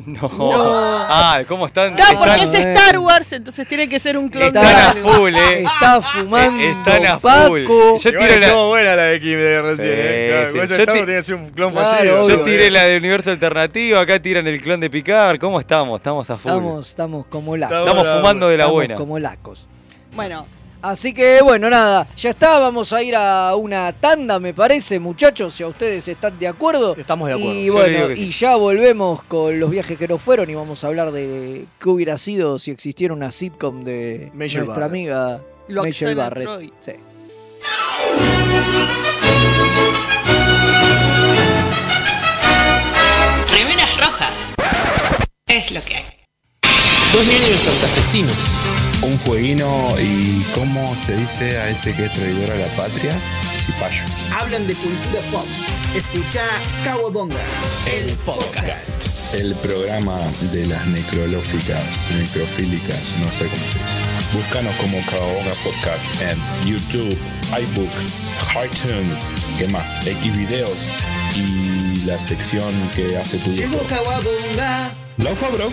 S3: No. Ah, ¿cómo están?
S4: claro, porque es
S3: están,
S1: ese-
S4: Star Wars, entonces tiene que ser un clon de
S3: están a
S4: algo.
S3: full, eh.
S1: Está fumando.
S3: Están a full.
S1: Paco.
S3: Yo tiré la,
S2: Estuvo buena la de Kim de recién,
S3: Sí,
S2: eh. Claro,
S3: sí.
S2: Gonzalo
S3: Yo
S2: Estado
S3: ti-
S2: tiene que ser un clon
S1: Claro,
S2: fallido.
S1: obvio.
S3: Yo tiré la de Universo Alternativo, acá tiran el clon de Picard. ¿Cómo estamos? Estamos a full.
S1: Estamos, estamos como lacos.
S2: Estamos
S3: Estamos fumando de la
S1: Estamos
S3: buena.
S1: como lacos.
S4: Bueno,
S1: Así que bueno, nada, ya está, vamos a ir a una tanda, me parece, muchachos, si a ustedes están de acuerdo.
S2: Estamos de acuerdo.
S1: Y
S3: Yo le digo
S1: bueno,
S3: que sí.
S1: y ya volvemos con los viajes que no fueron y vamos a hablar de qué hubiera sido si existiera una sitcom de nuestra
S2: Major Barrett.
S1: amiga
S4: Loxana
S1: Major Barrett.
S4: Troy.
S1: Sí.
S7: Remeras rojas. Es lo que hay.
S8: Dos niños santafesinos.
S9: Un fueguino y cómo se dice a ese que es traidor a la patria, cipayo.
S10: Hablan de cultura pop. Escucha Kawabonga, el podcast.
S9: El programa de las necrolóficas, necrofílicas, no sé cómo se dice. Búscanos como Caoga Podcast en YouTube, iBooks, iTunes, ¿qué más? X videos y la sección que hace tu
S10: Llegó
S9: hijo.
S10: Kawabonga.
S9: Laufa, bro.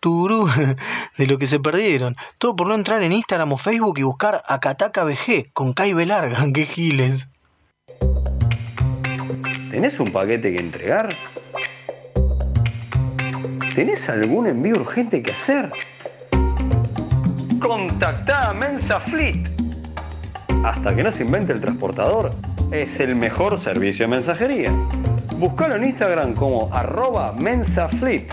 S11: turú. De lo que se perdieron. Todo por no entrar en Instagram o Facebook y buscar a Kataka BG con Caibe Larga. ¡Qué giles!
S12: ¿Tenés un paquete que entregar? ¿Tenés algún envío urgente que hacer? Contactá a Mensa Fleet. Hasta que no se invente el transportador, es el mejor servicio de mensajería. Buscalo en Instagram como arroba mensafleet.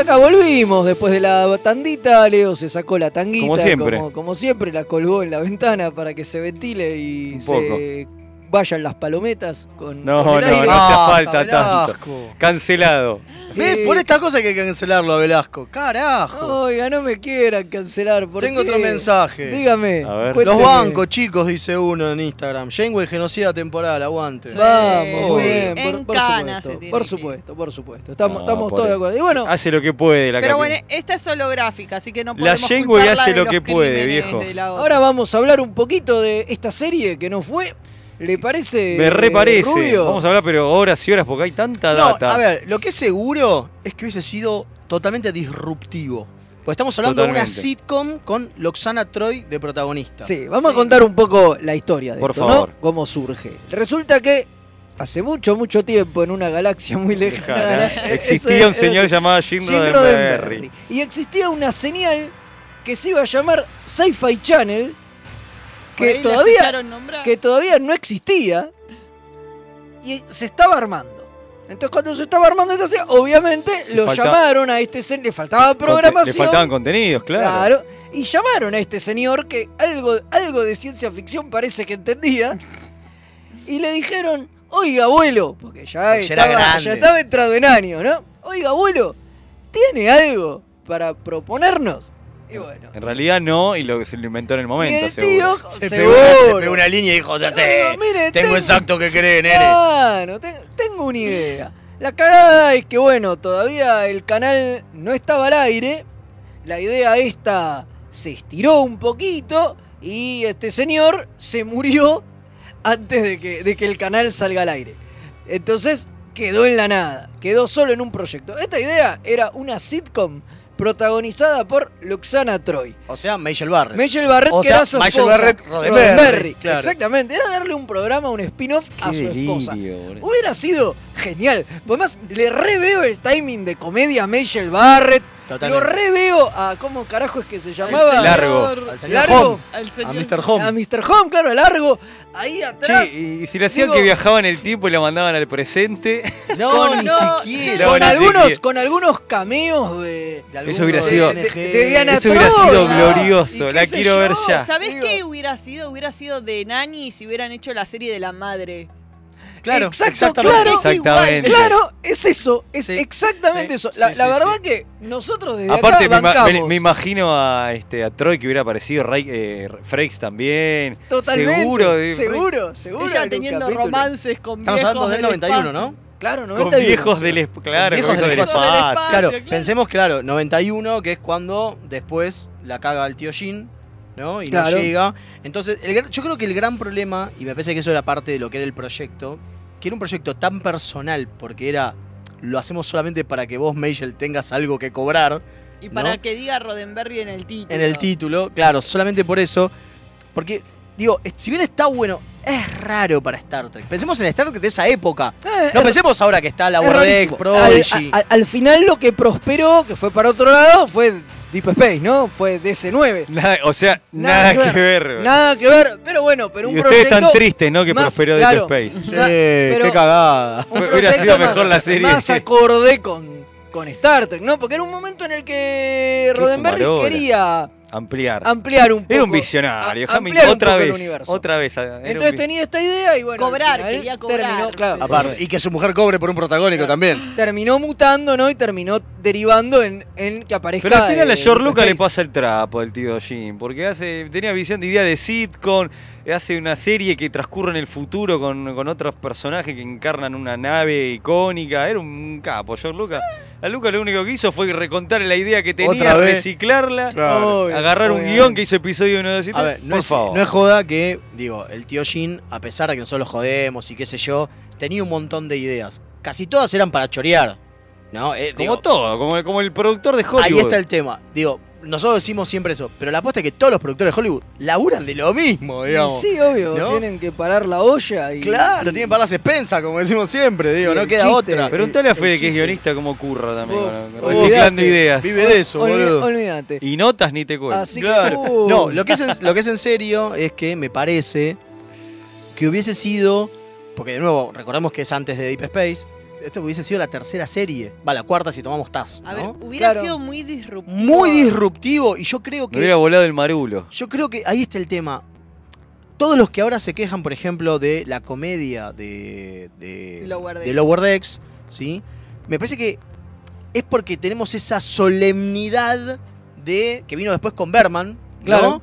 S1: acá volvimos. Después de la tandita, Leo se sacó la tanguita.
S3: Como siempre.
S1: Como, como siempre, la colgó en la ventana para que se ventile y se vayan las palometas con.
S3: No,
S1: con
S3: no,
S1: el
S3: no
S1: aire.
S3: hacía falta
S2: Velasco.
S3: tanto. Cancelado.
S2: ¿Ves? Por estas cosas hay que cancelarlo a Velasco. Carajo.
S1: Oiga, ah, no me quieran cancelar. ¿por
S2: Tengo
S1: qué?
S2: otro mensaje.
S1: Dígame.
S2: Los
S1: cuénteme.
S2: bancos, chicos, dice uno en Instagram. Janeway genocida temporal, aguante.
S1: Vamos,
S2: Oh,
S1: bien,
S4: en
S1: por, por
S4: cana se
S1: supuesto,
S4: tiene
S1: por
S4: que
S1: supuesto, por supuesto. Estamos,
S3: No,
S1: estamos
S3: pobre.
S1: todos de acuerdo. Y bueno,
S3: Hace lo que puede la
S4: Pero
S3: capi-
S4: bueno, esta es holográfica, así que no
S3: La
S4: podemos
S3: Janeway
S4: culparla
S3: hace
S4: de
S3: lo
S4: los
S3: que puede,
S4: crímenes
S3: viejo.
S4: de la otra.
S1: ahora vamos a hablar un poquito de esta serie que no fue. ¿Le parece?
S3: Me reparece.
S1: eh, Rubio?
S3: Vamos a hablar, pero horas y horas, porque hay tanta
S2: No,
S3: data.
S2: a ver, lo que es seguro es que hubiese sido totalmente disruptivo. Pues estamos hablando de una
S3: Totalmente.
S2: sitcom con Loxana Troy de protagonista.
S1: Sí, vamos a contar un poco la historia de
S3: Por
S1: esto,
S3: favor.
S1: ¿no? Cómo surge. Resulta que hace mucho, mucho tiempo, en una galaxia muy lejana,
S3: Cara,
S1: eso
S3: Existía un
S1: es-
S3: señor llamado Jim
S1: Jim
S3: Roddenberry.
S1: Roddenberry. Y existía una señal que se iba a llamar Sci-Fi Channel,
S4: Por ahí
S1: que
S4: la
S1: todavía,
S4: escucharon nombrar.
S1: que todavía no existía y se estaba armando. Entonces cuando se estaba armando esta serie, obviamente
S3: Le
S1: lo
S3: falta-
S1: llamaron a este señor, le faltaba
S3: Conte- Le
S1: programación.
S3: faltaban contenidos, claro.
S1: Y llamaron a este señor que algo, algo de ciencia ficción parece que entendía. Y le dijeron, oiga abuelo, porque ya,
S2: Porque ya era
S1: estaba,
S2: grande.
S1: ya estaba entrado en año, ¿no? Oiga abuelo, ¿tiene algo para proponernos? Y bueno,
S3: En realidad no, y lo que se lo inventó en el
S1: y
S3: momento,
S1: el
S3: seguro.
S1: tío,
S2: Se pegó,
S1: seguro.
S2: una- se pegó una línea y dijo, "Sí,
S1: No, mire,
S2: tengo
S1: tengo-
S2: exacto que creen, nene.
S1: Claro, te- tengo una idea. La cagada es que, bueno, todavía el canal no estaba al aire. La idea esta se estiró un poquito y este señor se murió antes de que, de que el canal salga al aire. Entonces quedó en la nada, quedó solo en un proyecto. Esta idea era una sitcom protagonizada por Luxana Troy.
S2: O sea, Michelle Barrett.
S1: Michelle Barrett,
S2: O
S1: que
S2: sea,
S1: era su
S2: Michelle
S1: esposa.
S2: Barrett Roddenberry, claro.
S1: Exactamente. Era darle un programa, un spin-off a su esposa.
S3: boludo.
S1: Hubiera sido genial. Por más, le reveo el timing de comedia a Michelle Barrett.
S2: Totalmente.
S1: Lo reveo a. ¿Cómo carajo es que se
S4: Al
S1: llamaba?
S4: señor-
S3: Largo.
S2: Al señor
S1: Largo.
S2: Home.
S4: Al
S2: A
S4: señor-
S2: Mr. Home.
S1: A Mr. Home, claro, a largo. Ahí atrás.
S3: Che, y, y si le hacían
S1: Digo-
S3: que viajaban el tiempo y la mandaban al presente,
S2: No,
S1: Con-
S2: ni
S4: no,
S2: siquiera.
S3: La
S1: con,
S3: buena
S1: algunos,
S3: serie.
S1: con algunos cameos de.
S2: De
S3: Eso hubiera
S2: alguno
S3: sido-
S2: de NG.
S1: de Diana
S3: eso hubiera
S1: Troy,
S3: sido
S1: ¿no?
S3: glorioso.
S1: ¿Y qué
S3: La
S1: sé
S3: quiero
S1: yo?
S3: ver ya.
S4: ¿Sabés
S1: Digo-
S4: qué hubiera sido? Hubiera sido de Nani si hubieran hecho la serie de la madre.
S2: Claro,
S1: Exacto,
S2: exactamente.
S1: claro.
S4: Es igual.
S3: Exactamente.
S1: Claro, es eso, es
S2: Sí,
S1: exactamente
S2: sí,
S1: eso.
S2: sí,
S1: La,
S2: sí,
S1: la
S2: sí.
S1: verdad que nosotros desde
S3: Aparte,
S1: acá
S3: me, ima-
S1: bancamos.
S3: me- me imagino a, este, a Troy que hubiera aparecido, Ray, eh, Frakes también.
S1: Totalmente.
S3: Seguro, eh,
S1: seguro, seguro.
S4: Ella
S1: en un
S4: teniendo
S1: capítulo.
S4: romances con
S2: Estamos hablando
S4: viejos
S2: del
S4: del
S2: 91,
S4: espacio.
S2: ¿no?
S1: Claro,
S3: Con
S1: 91.
S3: viejos del, es- claro,
S2: Viejos
S3: con
S2: del
S3: viejos del
S2: espacio.
S3: espacio.
S2: Claro,
S4: claro.
S2: pensemos, claro, 91, que es cuando después la caga el tío Jin, ¿no? Y
S1: Claro.
S2: no llega. Entonces, el gran- yo creo que el gran problema, y me parece que eso era parte de lo que era el proyecto, que era un proyecto tan personal, porque era, lo hacemos solamente para que vos, Meishel, tengas algo que cobrar
S4: Y para
S2: ¿No?
S4: que diga Roddenberry en el título.
S2: en el título, claro, solamente por eso, porque, digo, es- si bien está bueno, es raro para Star Trek. Pensemos en Star Trek de esa época.
S1: Eh,
S2: No pensemos ahora que está la
S1: Es
S2: Wardeck,
S1: rarísimo. al,
S2: Prodigy.
S1: al- al final lo que prosperó, que fue para otro lado, fue Deep Space, ¿no? Fue DC9.
S3: Nada- o sea,
S1: Nada
S3: nada,
S1: que
S3: que ver.
S1: Nada que ver, pero bueno, pero un
S3: y ustedes
S1: proyecto
S3: están tristes, ¿no? Que
S1: más-
S3: prosperó
S1: claro,
S3: Deep Space.
S2: Sí,
S1: na- pero
S2: qué cagada.
S1: un
S3: Hubiera
S1: proyecto
S3: sido
S1: más-
S3: mejor la serie.
S1: Más acorde con, con Star Trek, ¿no? Porque era un momento en el que Roddenberry
S3: fumarola.
S1: quería
S3: Ampliar.
S1: ampliar un poco.
S3: Era un visionario,
S1: a-
S3: Hamming,
S1: ampliar un
S3: otra
S1: poco el
S3: vez,
S1: universo.
S3: otra vez. a- era un
S1: Entonces
S3: vi-
S1: tenía esta idea y bueno. al
S4: Cobrar,
S1: final
S4: quería cobrar.
S1: Terminó, claro,
S2: Aparte, y que su mujer cobre por un protagónico también.
S1: terminó mutando, ¿no? Y terminó derivando en, en que aparezca.
S3: Pero al final a
S1: eh,
S3: George Lucas le
S1: Space.
S3: pasa el trapo al tío Jim, porque hace, tenía visión de idea de sitcom, hace una serie que transcurre en el futuro con, con otros personajes que encarnan una nave icónica, era un capo George Lucas. A Lucas lo único que hizo fue recontar la idea que tenía,
S2: Otra vez.
S3: reciclarla,
S2: Claro.
S1: Obvio,
S3: agarrar un
S1: obviamente.
S3: guión que hizo episodio 1, 2 y 3.
S2: A ver, no,
S3: Por
S2: es,
S3: favor.
S2: no es joda que, digo, el tío Jin, a pesar de que nosotros lo jodemos y qué sé yo, tenía un montón de ideas. Casi todas eran para chorear. ¿no? Eh,
S3: como
S2: digo,
S3: todo, como, como el productor de Hollywood.
S2: ahí está el tema. Digo, nosotros decimos siempre eso, pero la apuesta es que todos los productores de Hollywood laburan de lo mismo, digamos.
S1: Sí, obvio,
S2: ¿no?
S1: tienen que parar la olla y.
S2: Claro,
S1: y-
S2: tienen para las expensas, como decimos siempre, digo,
S1: Sí,
S2: no
S1: el
S2: queda
S1: chiste.
S2: otra.
S3: Preguntale a
S1: el
S3: Fede que es
S1: chiste.
S3: guionista como curra también,
S1: Uf,
S3: con-
S1: olvidate.
S3: reciclando ideas.
S2: Vive de eso,
S1: Olvi-
S2: boludo.
S1: Olvídate.
S3: Y notas ni te cuento.
S1: Así
S2: Claro.
S1: que. uh,
S2: No, lo que, es en, lo que es en serio es que me parece que hubiese sido. Porque de nuevo, recordemos que es antes de Deep Space. esto hubiese sido la tercera serie. Va, la cuarta si tomamos Taz.
S4: A ver,
S2: ¿no?
S4: hubiera
S2: Claro.
S4: sido muy disruptivo.
S2: Muy disruptivo y yo creo
S3: Me hubiera
S2: que.
S3: volado el marulo.
S2: Yo creo que ahí está el tema. Todos los que ahora se quejan, por ejemplo, de la comedia de, de,
S4: Lower
S2: de
S4: Decks.
S2: Lower Decks, ¿sí? Me parece que es porque tenemos esa solemnidad de que vino después con Berman, ¿no?
S1: Claro.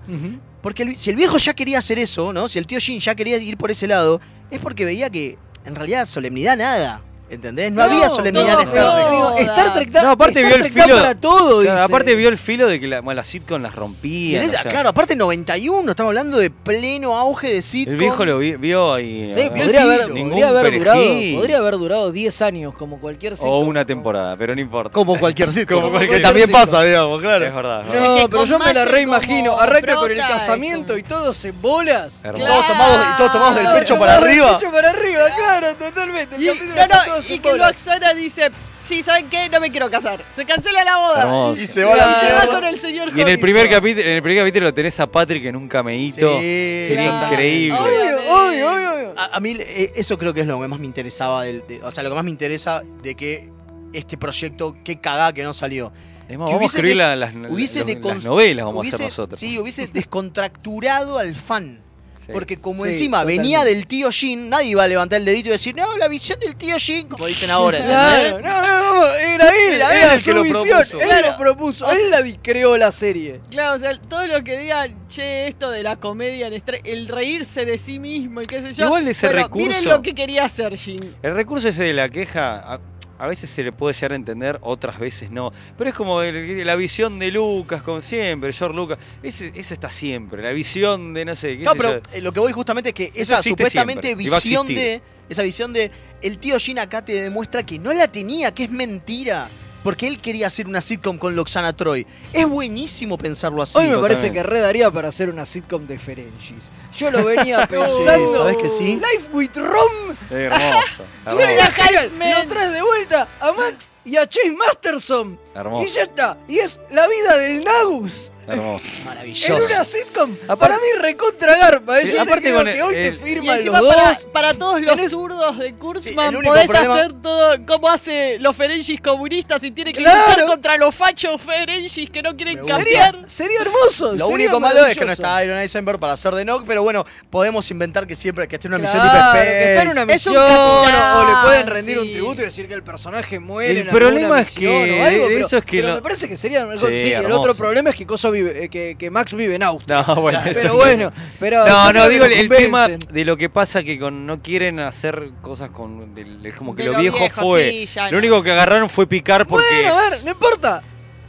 S2: Porque el- si el viejo ya quería hacer eso, ¿no? Si el tío Jin ya quería ir por ese lado, es porque veía que en realidad solemnidad nada. ¿Entendés? No, había solemnidad en este Star Trek.
S1: Digo, Star Trek da,
S3: No, aparte
S1: Star
S3: vio el
S1: Trek da
S3: filo.
S1: para todo,
S3: Claro,
S1: dice.
S3: aparte vio el filo de que la, bueno, las sitcom las rompían.
S2: Tenés-
S3: o sea,
S2: Claro, aparte 91, estamos hablando de pleno auge de sitcom.
S3: el viejo lo vi- vio ahí.
S1: Sí,
S3: ¿no?
S1: podría haber,
S3: Ningún
S1: podría haber durado,
S3: perejil.
S1: podría haber durado 10 años como cualquier
S3: O
S1: sitcom.
S3: una temporada, pero no importa.
S2: Como cualquier sitcom.
S3: Como cualquier
S2: que también
S3: sitcom.
S2: pasa, digamos, claro.
S3: Es verdad. es verdad.
S1: No,
S4: Es que
S1: pero
S4: con
S1: yo me la
S4: Magic
S1: reimagino.
S4: como
S1: Arranca con el
S4: prota, es
S1: casamiento y todos en bolas.
S3: Hermoso.
S2: Todos tomados, y todos tomados del
S1: Claro,
S2: pecho para
S1: tomados del
S2: arriba.
S1: pecho para arriba, claro, totalmente. El
S4: Y,
S1: capítulo
S4: no,
S1: está
S4: no,
S1: todos
S4: y
S1: en
S4: que
S1: bolas.
S4: Loaxana dice, sí, ¿saben qué? No me quiero casar. Se cancela la boda.
S3: Hermoso.
S2: Y se va a
S4: Y se
S2: la
S4: va con el señor
S3: Y en el primer
S4: Jodizo.
S3: capítulo, en el primer capítulo tenés a Patrick en un cameíto.
S2: Sí,
S3: Sería
S2: claro.
S3: increíble.
S1: Obvio, obvio, obvio, obvio.
S2: A, a mí eh, eso creo que es lo que más me interesaba. Del, de- o sea, lo que más me interesa de que este proyecto, qué cagá que no salió.
S3: Es más,
S2: Que
S3: vamos a
S2: hubiese
S3: escribir
S2: de-
S3: la- las,
S2: Hubiese
S3: las- las
S2: decon-
S3: novelas, vamos a
S2: hubiese-
S3: hacer nosotros.
S2: Sí, hubiese descontracturado al fan.
S3: Sí.
S2: Porque como
S1: Sí,
S2: encima
S1: totalmente.
S2: venía del tío Jin, nadie iba a levantar el dedito y decir, no, la visión del tío Jin, como dicen ahora. ¿entendés?
S1: Claro, no, no, no, era él,
S2: ¿eh? Era
S1: era,
S2: él el
S1: su
S2: que lo
S1: visión,
S2: propuso.
S1: él lo propuso, él la di- creó la serie.
S4: Claro, o sea, todo lo que digan, che, esto de la comedia, en estre- el reírse de sí mismo y qué sé yo.
S3: Igual ese
S4: Bueno,
S3: recurso-
S4: Miren lo que quería hacer Jin.
S3: El recurso ese de la queja, a, a veces se le puede llegar a entender, otras veces no. Pero es como el- la visión de Lucas, como siempre, George Lucas. Ese, eso está siempre. La visión de, no sé, qué
S2: No,
S3: sé
S2: pero
S3: yo.
S2: eh, lo que voy justamente es que esa
S3: existe
S2: supuestamente
S3: siempre, y va a
S2: visión de.
S3: existir.
S2: Esa visión de. El tío Jin acá te demuestra que no la tenía, que es mentira. Porque él quería hacer una sitcom con Loxana Troy. Es buenísimo pensarlo así.
S1: Hoy me
S3: totalmente.
S1: parece que redaría para hacer una sitcom de Ferengis. Yo lo venía
S2: Sí,
S1: pensando.
S2: ¿Sabes que sí?
S1: Life with Rom.
S3: Hermoso.
S1: Sería
S3: hermoso,
S1: genial.
S4: Man.
S1: Lo traes de vuelta a Max y a Chase Masterson.
S3: hermoso,
S1: Y ya está. Y es la vida del Nagus.
S3: hermoso.
S1: En
S2: Maravilloso.
S1: una sitcom.
S3: Aparte-
S1: para mí recontra garpa. ¿eh?
S3: Sí,
S1: Yo
S3: aparte
S1: creo
S3: con
S1: que
S3: el-
S1: hoy te
S3: el-
S4: Y
S1: firman
S4: encima
S1: los
S4: para,
S1: dos.
S4: para todos los
S1: Tenés-
S4: zurdos de Kurzman
S2: Sí, el único
S4: podés
S2: problema-
S4: hacer todo como hace los Ferengis comunistas y tienen que
S1: Claro.
S4: luchar contra los fachos Ferengis que no quieren
S2: Me gusta.
S4: cambiar.
S1: Sería hermoso.
S2: Lo
S1: sería
S2: único malo es que no
S1: maravilloso.
S2: está Iron Eisenberg para hacer de Nock, pero bueno, podemos inventar que siempre que esté en una misión tipo
S1: Claro,
S3: E.
S2: Space.
S1: que está en una
S4: Es un
S1: misión o,
S4: capitán,
S1: o le pueden rendir
S4: sí.
S1: un tributo y decir que el personaje muere.
S3: El
S1: en alguna
S3: problema es
S1: misión
S3: que
S1: o algo,
S3: de
S1: pero-
S3: eso es que
S1: pero
S3: no-
S1: me parece que sería algo-
S3: Sí,
S1: sí, el
S3: hermoso.
S1: otro problema es que Coso vive, eh, que, que Max vive en Austria.
S3: No, bueno, eso
S1: pero
S3: no.
S1: bueno, pero
S3: No,
S1: yo creo
S3: no,
S1: que
S3: digo
S1: lo
S3: el, el tema
S1: convencen.
S3: de lo que pasa que con no quieren hacer cosas con. del- es como que
S4: De
S3: lo
S4: lo
S3: viejo,
S4: viejo,
S3: fue.
S4: sí, ya
S3: lo
S4: no.
S3: único que agarraron fue picar porque.
S1: Bueno, a ver, no importa.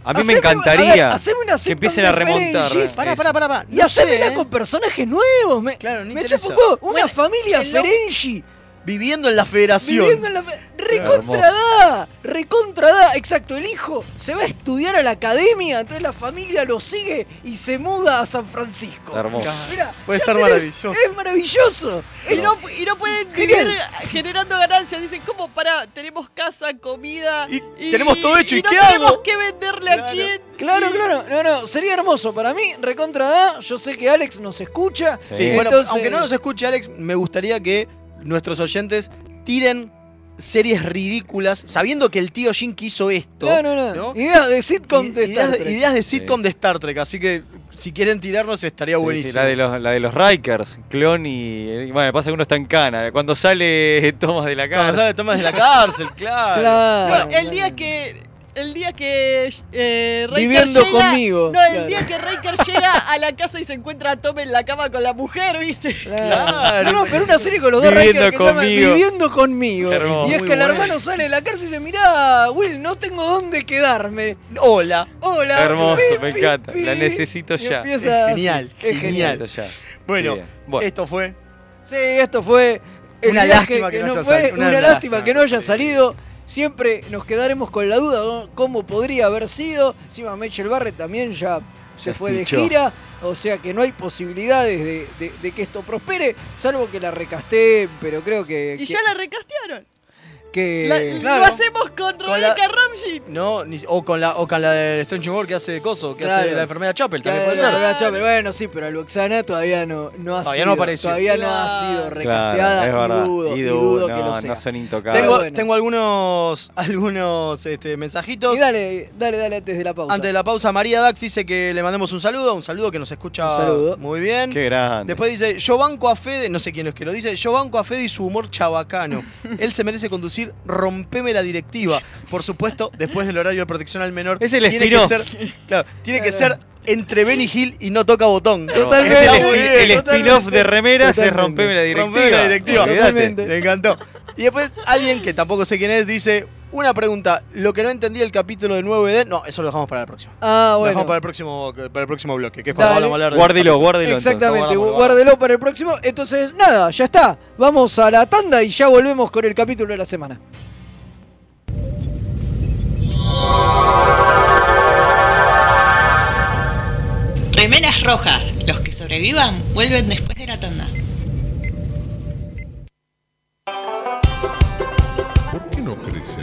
S3: a mí
S1: Haceme-
S3: me encantaría.
S1: a ver, haceme una
S3: que
S1: sitcom
S3: empiecen
S1: de
S3: a remontar.
S1: Ferengis.
S2: Pará,
S3: eso.
S2: pará, pará, pará.
S1: Y
S2: No sé,
S1: hacémela
S2: ¿eh?
S1: con personajes nuevos. Me,
S2: Claro, no
S1: me
S2: interesa.
S1: chupa un huevo. Una
S4: Bueno,
S1: familia
S4: el lo-
S1: Ferengi
S2: Viviendo en la federación.
S1: viviendo en la. fe- Recontra da, recontra da. Exacto, el hijo se va a estudiar a la academia, entonces la familia lo sigue y se muda a San Francisco.
S3: Hermoso.
S1: Mirá,
S2: Puede
S1: ya
S2: ser
S1: tenés-
S2: maravilloso.
S1: Es maravilloso.
S4: Y no, y no pueden
S1: Genial.
S4: vivir generando ganancias. Dicen, ¿cómo para? Tenemos casa, comida.
S2: Y tenemos todo hecho, ¿y
S4: no
S2: qué
S4: tenemos
S2: hago?
S4: que venderle a
S2: Claro.
S4: quién.
S1: Claro,
S4: Y-
S1: claro. No, no, sería hermoso para mí. Recontra da. Yo sé que Alex nos escucha.
S3: Sí.
S2: Sí, bueno,
S1: Entonces-
S2: aunque no nos escuche Alex, me gustaría que nuestros oyentes tiren series ridículas, sabiendo que el tío Jin quiso esto.
S1: No, no, no.
S2: ¿No?
S1: Ideas de sitcom de
S2: I- ideas,
S1: Star Trek.
S2: ideas de sitcom
S3: Sí.
S2: de Star Trek, así que si quieren tirarnos estaría
S3: Sí, sí,
S2: buenísimo.
S3: la, de los, la de los Rikers, Clon y. y Bueno, pasa que uno está en cana. Cuando sale Thomas de la
S2: Cuando
S3: casa.
S2: sale Tomás de la cárcel, claro.
S1: Claro.
S4: No, el día que. El día que. eh, Riker
S1: Viviendo
S4: llega-
S1: conmigo,
S4: No, el
S1: claro.
S4: día que Riker llega a la casa y se encuentra a Tom en la cama con la mujer, ¿viste?
S1: No,
S2: Claro.
S1: no, pero una serie con los dos
S3: Viviendo
S1: Rikers que se llama
S3: conmigo.
S1: Viviendo conmigo.
S3: Hermoso.
S1: Y es
S2: Muy
S1: que el
S2: bueno.
S1: hermano sale de la cárcel y dice, mirá, Will, no tengo dónde quedarme.
S2: Hola.
S1: Hola.
S3: Hermoso,
S1: ah, Pi,
S3: me
S1: pi,
S3: encanta.
S1: pi.
S3: La necesito
S1: Y
S3: ya.
S1: empieza así.
S2: Genial,
S1: Es
S2: genial.
S1: genial.
S3: Esto ya.
S2: Bueno,
S3: Sí, bueno.
S2: esto fue.
S1: Sí, esto fue el
S2: Una
S1: viaje
S2: lástima que no haya
S1: fue,
S2: salido.
S1: Una,
S2: Una
S1: lástima,
S2: lástima.
S1: que no haya
S2: Sí.
S1: salido. Siempre nos quedaremos con la duda ¿no? cómo podría haber sido. Encima Mitchell Barrett también ya se
S3: Ya
S1: fue de
S3: pichó.
S1: gira. O sea que no hay posibilidades de, de- de que Eh, esto prospere, salvo que la recasté, pero creo que...
S4: Y
S1: que-
S4: ya la recastearon.
S1: que...
S13: La- Lo hacemos con Rebeca Ramsey.
S2: No, ni- o con la o con la de Strange World que hace Coso, que hace
S1: Claro.
S2: la enfermera Chapel,
S1: Claro,
S2: también puede
S1: la
S2: ser.
S1: verdad, Chapel, bueno, sí, pero Luxana todavía no, no ha
S2: Todavía
S1: sido.
S2: no apareció.
S1: Todavía no ha sido recasteada.
S3: es verdad.
S1: y dudo, y
S3: Idu,
S1: dudo que
S3: no,
S1: lo sea.
S3: no son intocables.
S2: Tengo, tengo algunos algunos este, mensajitos.
S1: Y dale, dale, dale antes de la pausa.
S2: Antes de la pausa, María Dax dice que le mandemos un saludo, un saludo que nos escucha
S1: Un saludo.
S2: muy bien.
S3: Qué grande.
S2: Después dice, yo banco a Fede, no sé quién es que lo dice, yo banco a Fede y su humor chabacano. Él se merece conducir, rompeme la directiva. Por supuesto, después del horario de protección al menor.
S3: Es el
S2: tiene que
S3: spin-off.
S2: ser, claro, tiene que ser entre Benny Hill y no toca botón.
S3: Totalmente.
S2: Está
S3: Es el
S2: muy
S3: spin-
S2: bien.
S3: el spin-off de remeras es
S2: Totalmente.
S3: rompeme la directiva.
S2: Rompeme la directiva.
S3: Olvídate. Totalmente.
S2: Me encantó. Y después alguien que tampoco sé quién es dice, una pregunta, lo que no entendí el capítulo de Nuevo Edén, no, eso lo dejamos para el próximo.
S1: Ah,
S2: Lo
S1: bueno.
S2: dejamos para el próximo, para el próximo bloque, que es
S1: Dale.
S2: cuando hablamos a hablar de-
S3: Guárdelo, guárdelo.
S1: Exactamente,
S2: Lo guardamos, lo
S1: guárdelo para el próximo. Entonces, nada, ya está. Vamos a la tanda y ya volvemos con el capítulo de la semana.
S14: Remeras rojas. Los que sobrevivan vuelven después de la tanda.
S15: ¿Por qué no crece?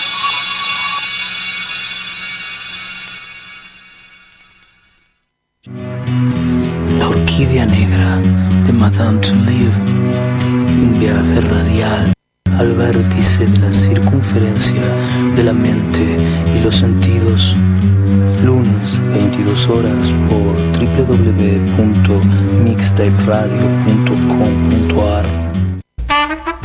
S6: La orquídea negra de Madame Toulive, un viaje radial al vértice de la circunferencia de la mente y los sentidos. Lunes, 22 horas por www.mixtaperadio.com.ar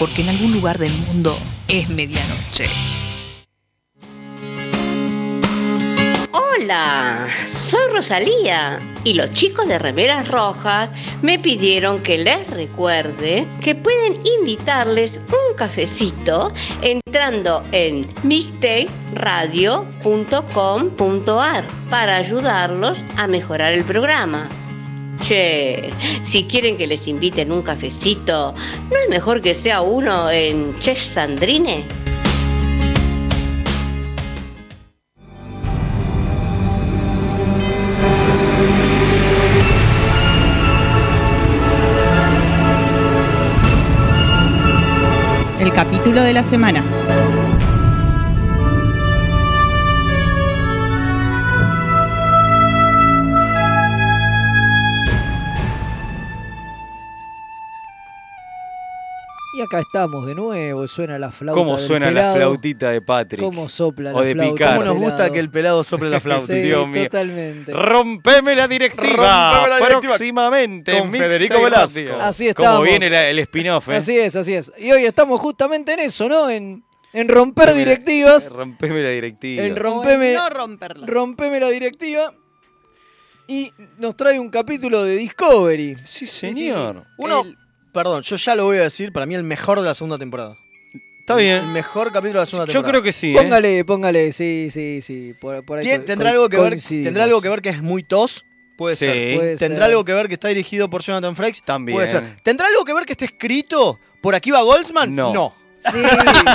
S16: Porque en algún lugar del mundo es medianoche.
S17: Hola, soy Rosalía y los chicos de Remeras Rojas me pidieron que les recuerde que pueden invitarles un cafecito entrando en mixtaperadio.com.ar para ayudarlos a mejorar el programa. Che, si quieren que les inviten un cafecito, ¿no es mejor que sea uno en Che Sandrine?
S13: El capítulo de la semana.
S1: Y acá estamos de nuevo, suena la flauta.
S3: ¿Cómo
S1: del
S3: suena
S1: pelado.
S3: la flautita de Patrick?
S1: ¿Cómo sopla
S3: O
S1: la
S3: de
S1: flauta
S3: Picard.
S1: del
S3: ¿Cómo nos gusta
S1: pelado?
S3: que el pelado sople la flauta?
S1: Sí,
S3: Dios mío.
S1: Totalmente.
S3: ¡Rompeme la directiva!
S1: Rompeme la directiva.
S3: Próximamente.
S1: Con
S3: en Mixtape
S1: Federico Velasco.
S3: Radio.
S1: Así
S3: Como
S1: estamos.
S3: viene la- el spin-off, ¿eh?
S1: Así es, así es. Y hoy estamos justamente en eso, ¿no? En, en romper directivas.
S3: Rompeme la directiva.
S1: En rompeme,
S13: no romperla.
S1: Rompeme la directiva. Y nos trae un capítulo de Discovery.
S3: Sí, señor.
S2: Uno, perdón, yo ya lo voy a decir, para mí el mejor de la segunda temporada.
S3: Está bien.
S2: El mejor capítulo de la segunda
S3: Yo
S2: temporada.
S3: creo que sí, ¿eh?
S1: Póngale, póngale, sí, sí, sí. Por, por ahí
S2: Tien-
S1: co-
S2: tendrá,
S1: co-
S2: algo que ver,
S1: coincidimos.
S2: tendrá algo que ver que es muy tos. Puede
S3: Sí.
S2: ser.
S3: Puede
S2: tendrá
S3: ser.
S2: algo que ver que está dirigido por Jonathan Frakes.
S3: También.
S2: Puede ser. ¿Tendrá algo que ver que esté escrito por Akiva Goldsman?
S3: No.
S1: Sí,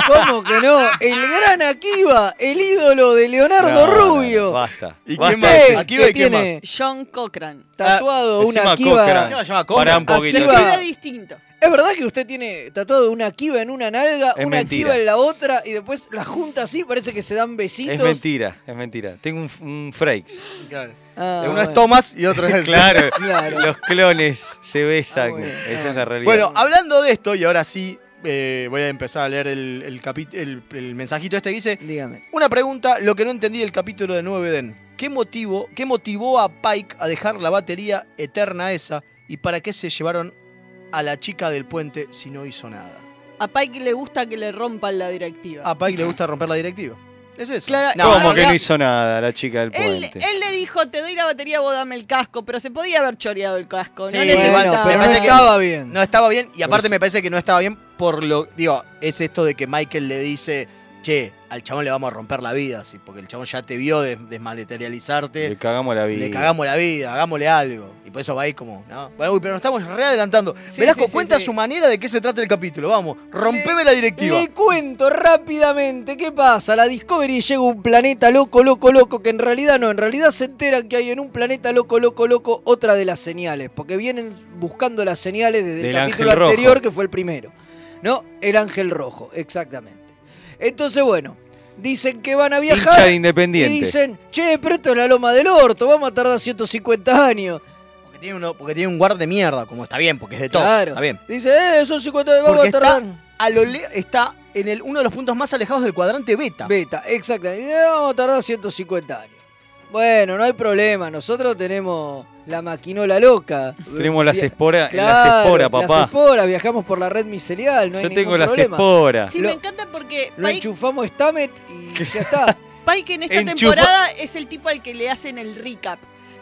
S1: ¿cómo que no? El gran Akiva, el ídolo de Leonardo
S3: No, no, no,
S1: Rubio.
S3: Basta.
S2: ¿Y
S3: basta.
S2: quién más?
S1: ¿Qué?
S2: Akiva
S1: ¿Qué
S2: y quién
S1: tiene?
S2: más.
S4: John Cochran.
S1: Tatuado
S3: Ah, Encima
S1: una Akiva.
S3: Cochran.
S2: Encima se llama Cochran.
S3: Pará un poquito.
S1: Activa-
S4: Era distinto.
S1: ¿Es verdad que usted tiene tatuado una Akiva en una nalga,
S3: Es
S1: una
S3: mentira.
S1: Akiva en la otra y después la junta así? Parece que se dan besitos.
S3: Es mentira, es mentira. Tengo un, un Frakes.
S2: Claro.
S1: Ah,
S2: Uno
S1: bueno.
S2: es Thomas y otro es
S3: claro,
S1: Claro. Ah,
S3: los clones se besan. Esa es la realidad.
S2: Bueno, hablando de esto, y ahora sí eh, voy a empezar a leer el, el capi- el- el mensajito este que dice:
S1: Dígame.
S2: Una pregunta, lo que no entendí del capítulo de 9 Eden. ¿Qué, motivo, ¿Qué motivó a Pike a dejar la batería eterna esa y para qué se llevaron a la chica del puente si no hizo nada?
S4: A Pike le gusta que le rompan la directiva.
S1: Ah,
S2: A Pike le gusta romper la directiva. Es eso.
S4: Claro,
S2: No,
S3: ¿Cómo
S2: en
S3: que
S2: realidad-
S3: no hizo nada la chica del
S4: Él,
S3: puente?
S4: él le dijo, te doy la batería, vos dame el casco, pero se podía haber choreado el casco.
S2: Sí,
S4: no le
S2: bueno,
S4: importaba.
S2: pero
S1: Pero no
S2: parece que-
S1: estaba bien.
S2: No estaba bien y aparte
S3: Pero sí.
S2: me parece que no estaba bien por lo digo, es esto de que Michael le dice, "Che, al chabón le vamos a romper la vida", sí, porque el chabón ya te vio des- desmaterializarte,
S3: Le cagamos la vida.
S2: le cagamos la vida, hagámosle algo. Y por eso va ahí como, ¿no? Bueno, uy, pero nos estamos readelantando.
S4: Sí,
S2: Velasco,
S4: sí, sí,
S2: cuenta
S4: sí.
S2: su manera de qué se trata el capítulo, vamos, rompeme la directiva.
S1: Le cuento rápidamente qué pasa. La Discovery llega a un planeta loco, loco, loco, que en realidad no, en realidad se enteran que hay en un planeta loco, loco, loco otra de las señales, porque vienen buscando las señales desde el
S3: Del
S1: capítulo
S3: ángel rojo.
S1: anterior, que fue el primero. ¿No? El ángel rojo, exactamente. Entonces, bueno, dicen que van a
S3: Hincha
S1: viajar
S3: de
S1: y
S3: Independiente.
S1: dicen, che, pero esto es la loma del orto, vamos a tardar 150 años.
S2: Porque tiene uno, porque tiene un guard de mierda, como está bien, porque es de todo,
S1: Claro.
S2: está bien.
S1: Dice, eh, son 50 años, vamos
S2: Porque
S1: a tardar.
S2: está a lo le- está en el, uno de los puntos más alejados del cuadrante beta.
S1: Beta, exactamente. Vamos a tardar 150 años. Bueno, no hay problema. Nosotros tenemos la maquinola loca.
S3: Tenemos las
S1: Via-
S3: esporas, las
S1: Claro,
S3: esporas, papá.
S1: Las esporas, viajamos por la red micelial. No hay
S3: Yo tengo
S1: ningún
S3: las
S1: problema.
S3: esporas.
S4: Sí,
S1: Lo-
S4: me encanta porque
S1: Lo
S4: Pike,
S1: enchufamos Stamet y ya está.
S4: Pike en esta
S3: Enchufa-
S4: temporada es el tipo al que le hacen el recap.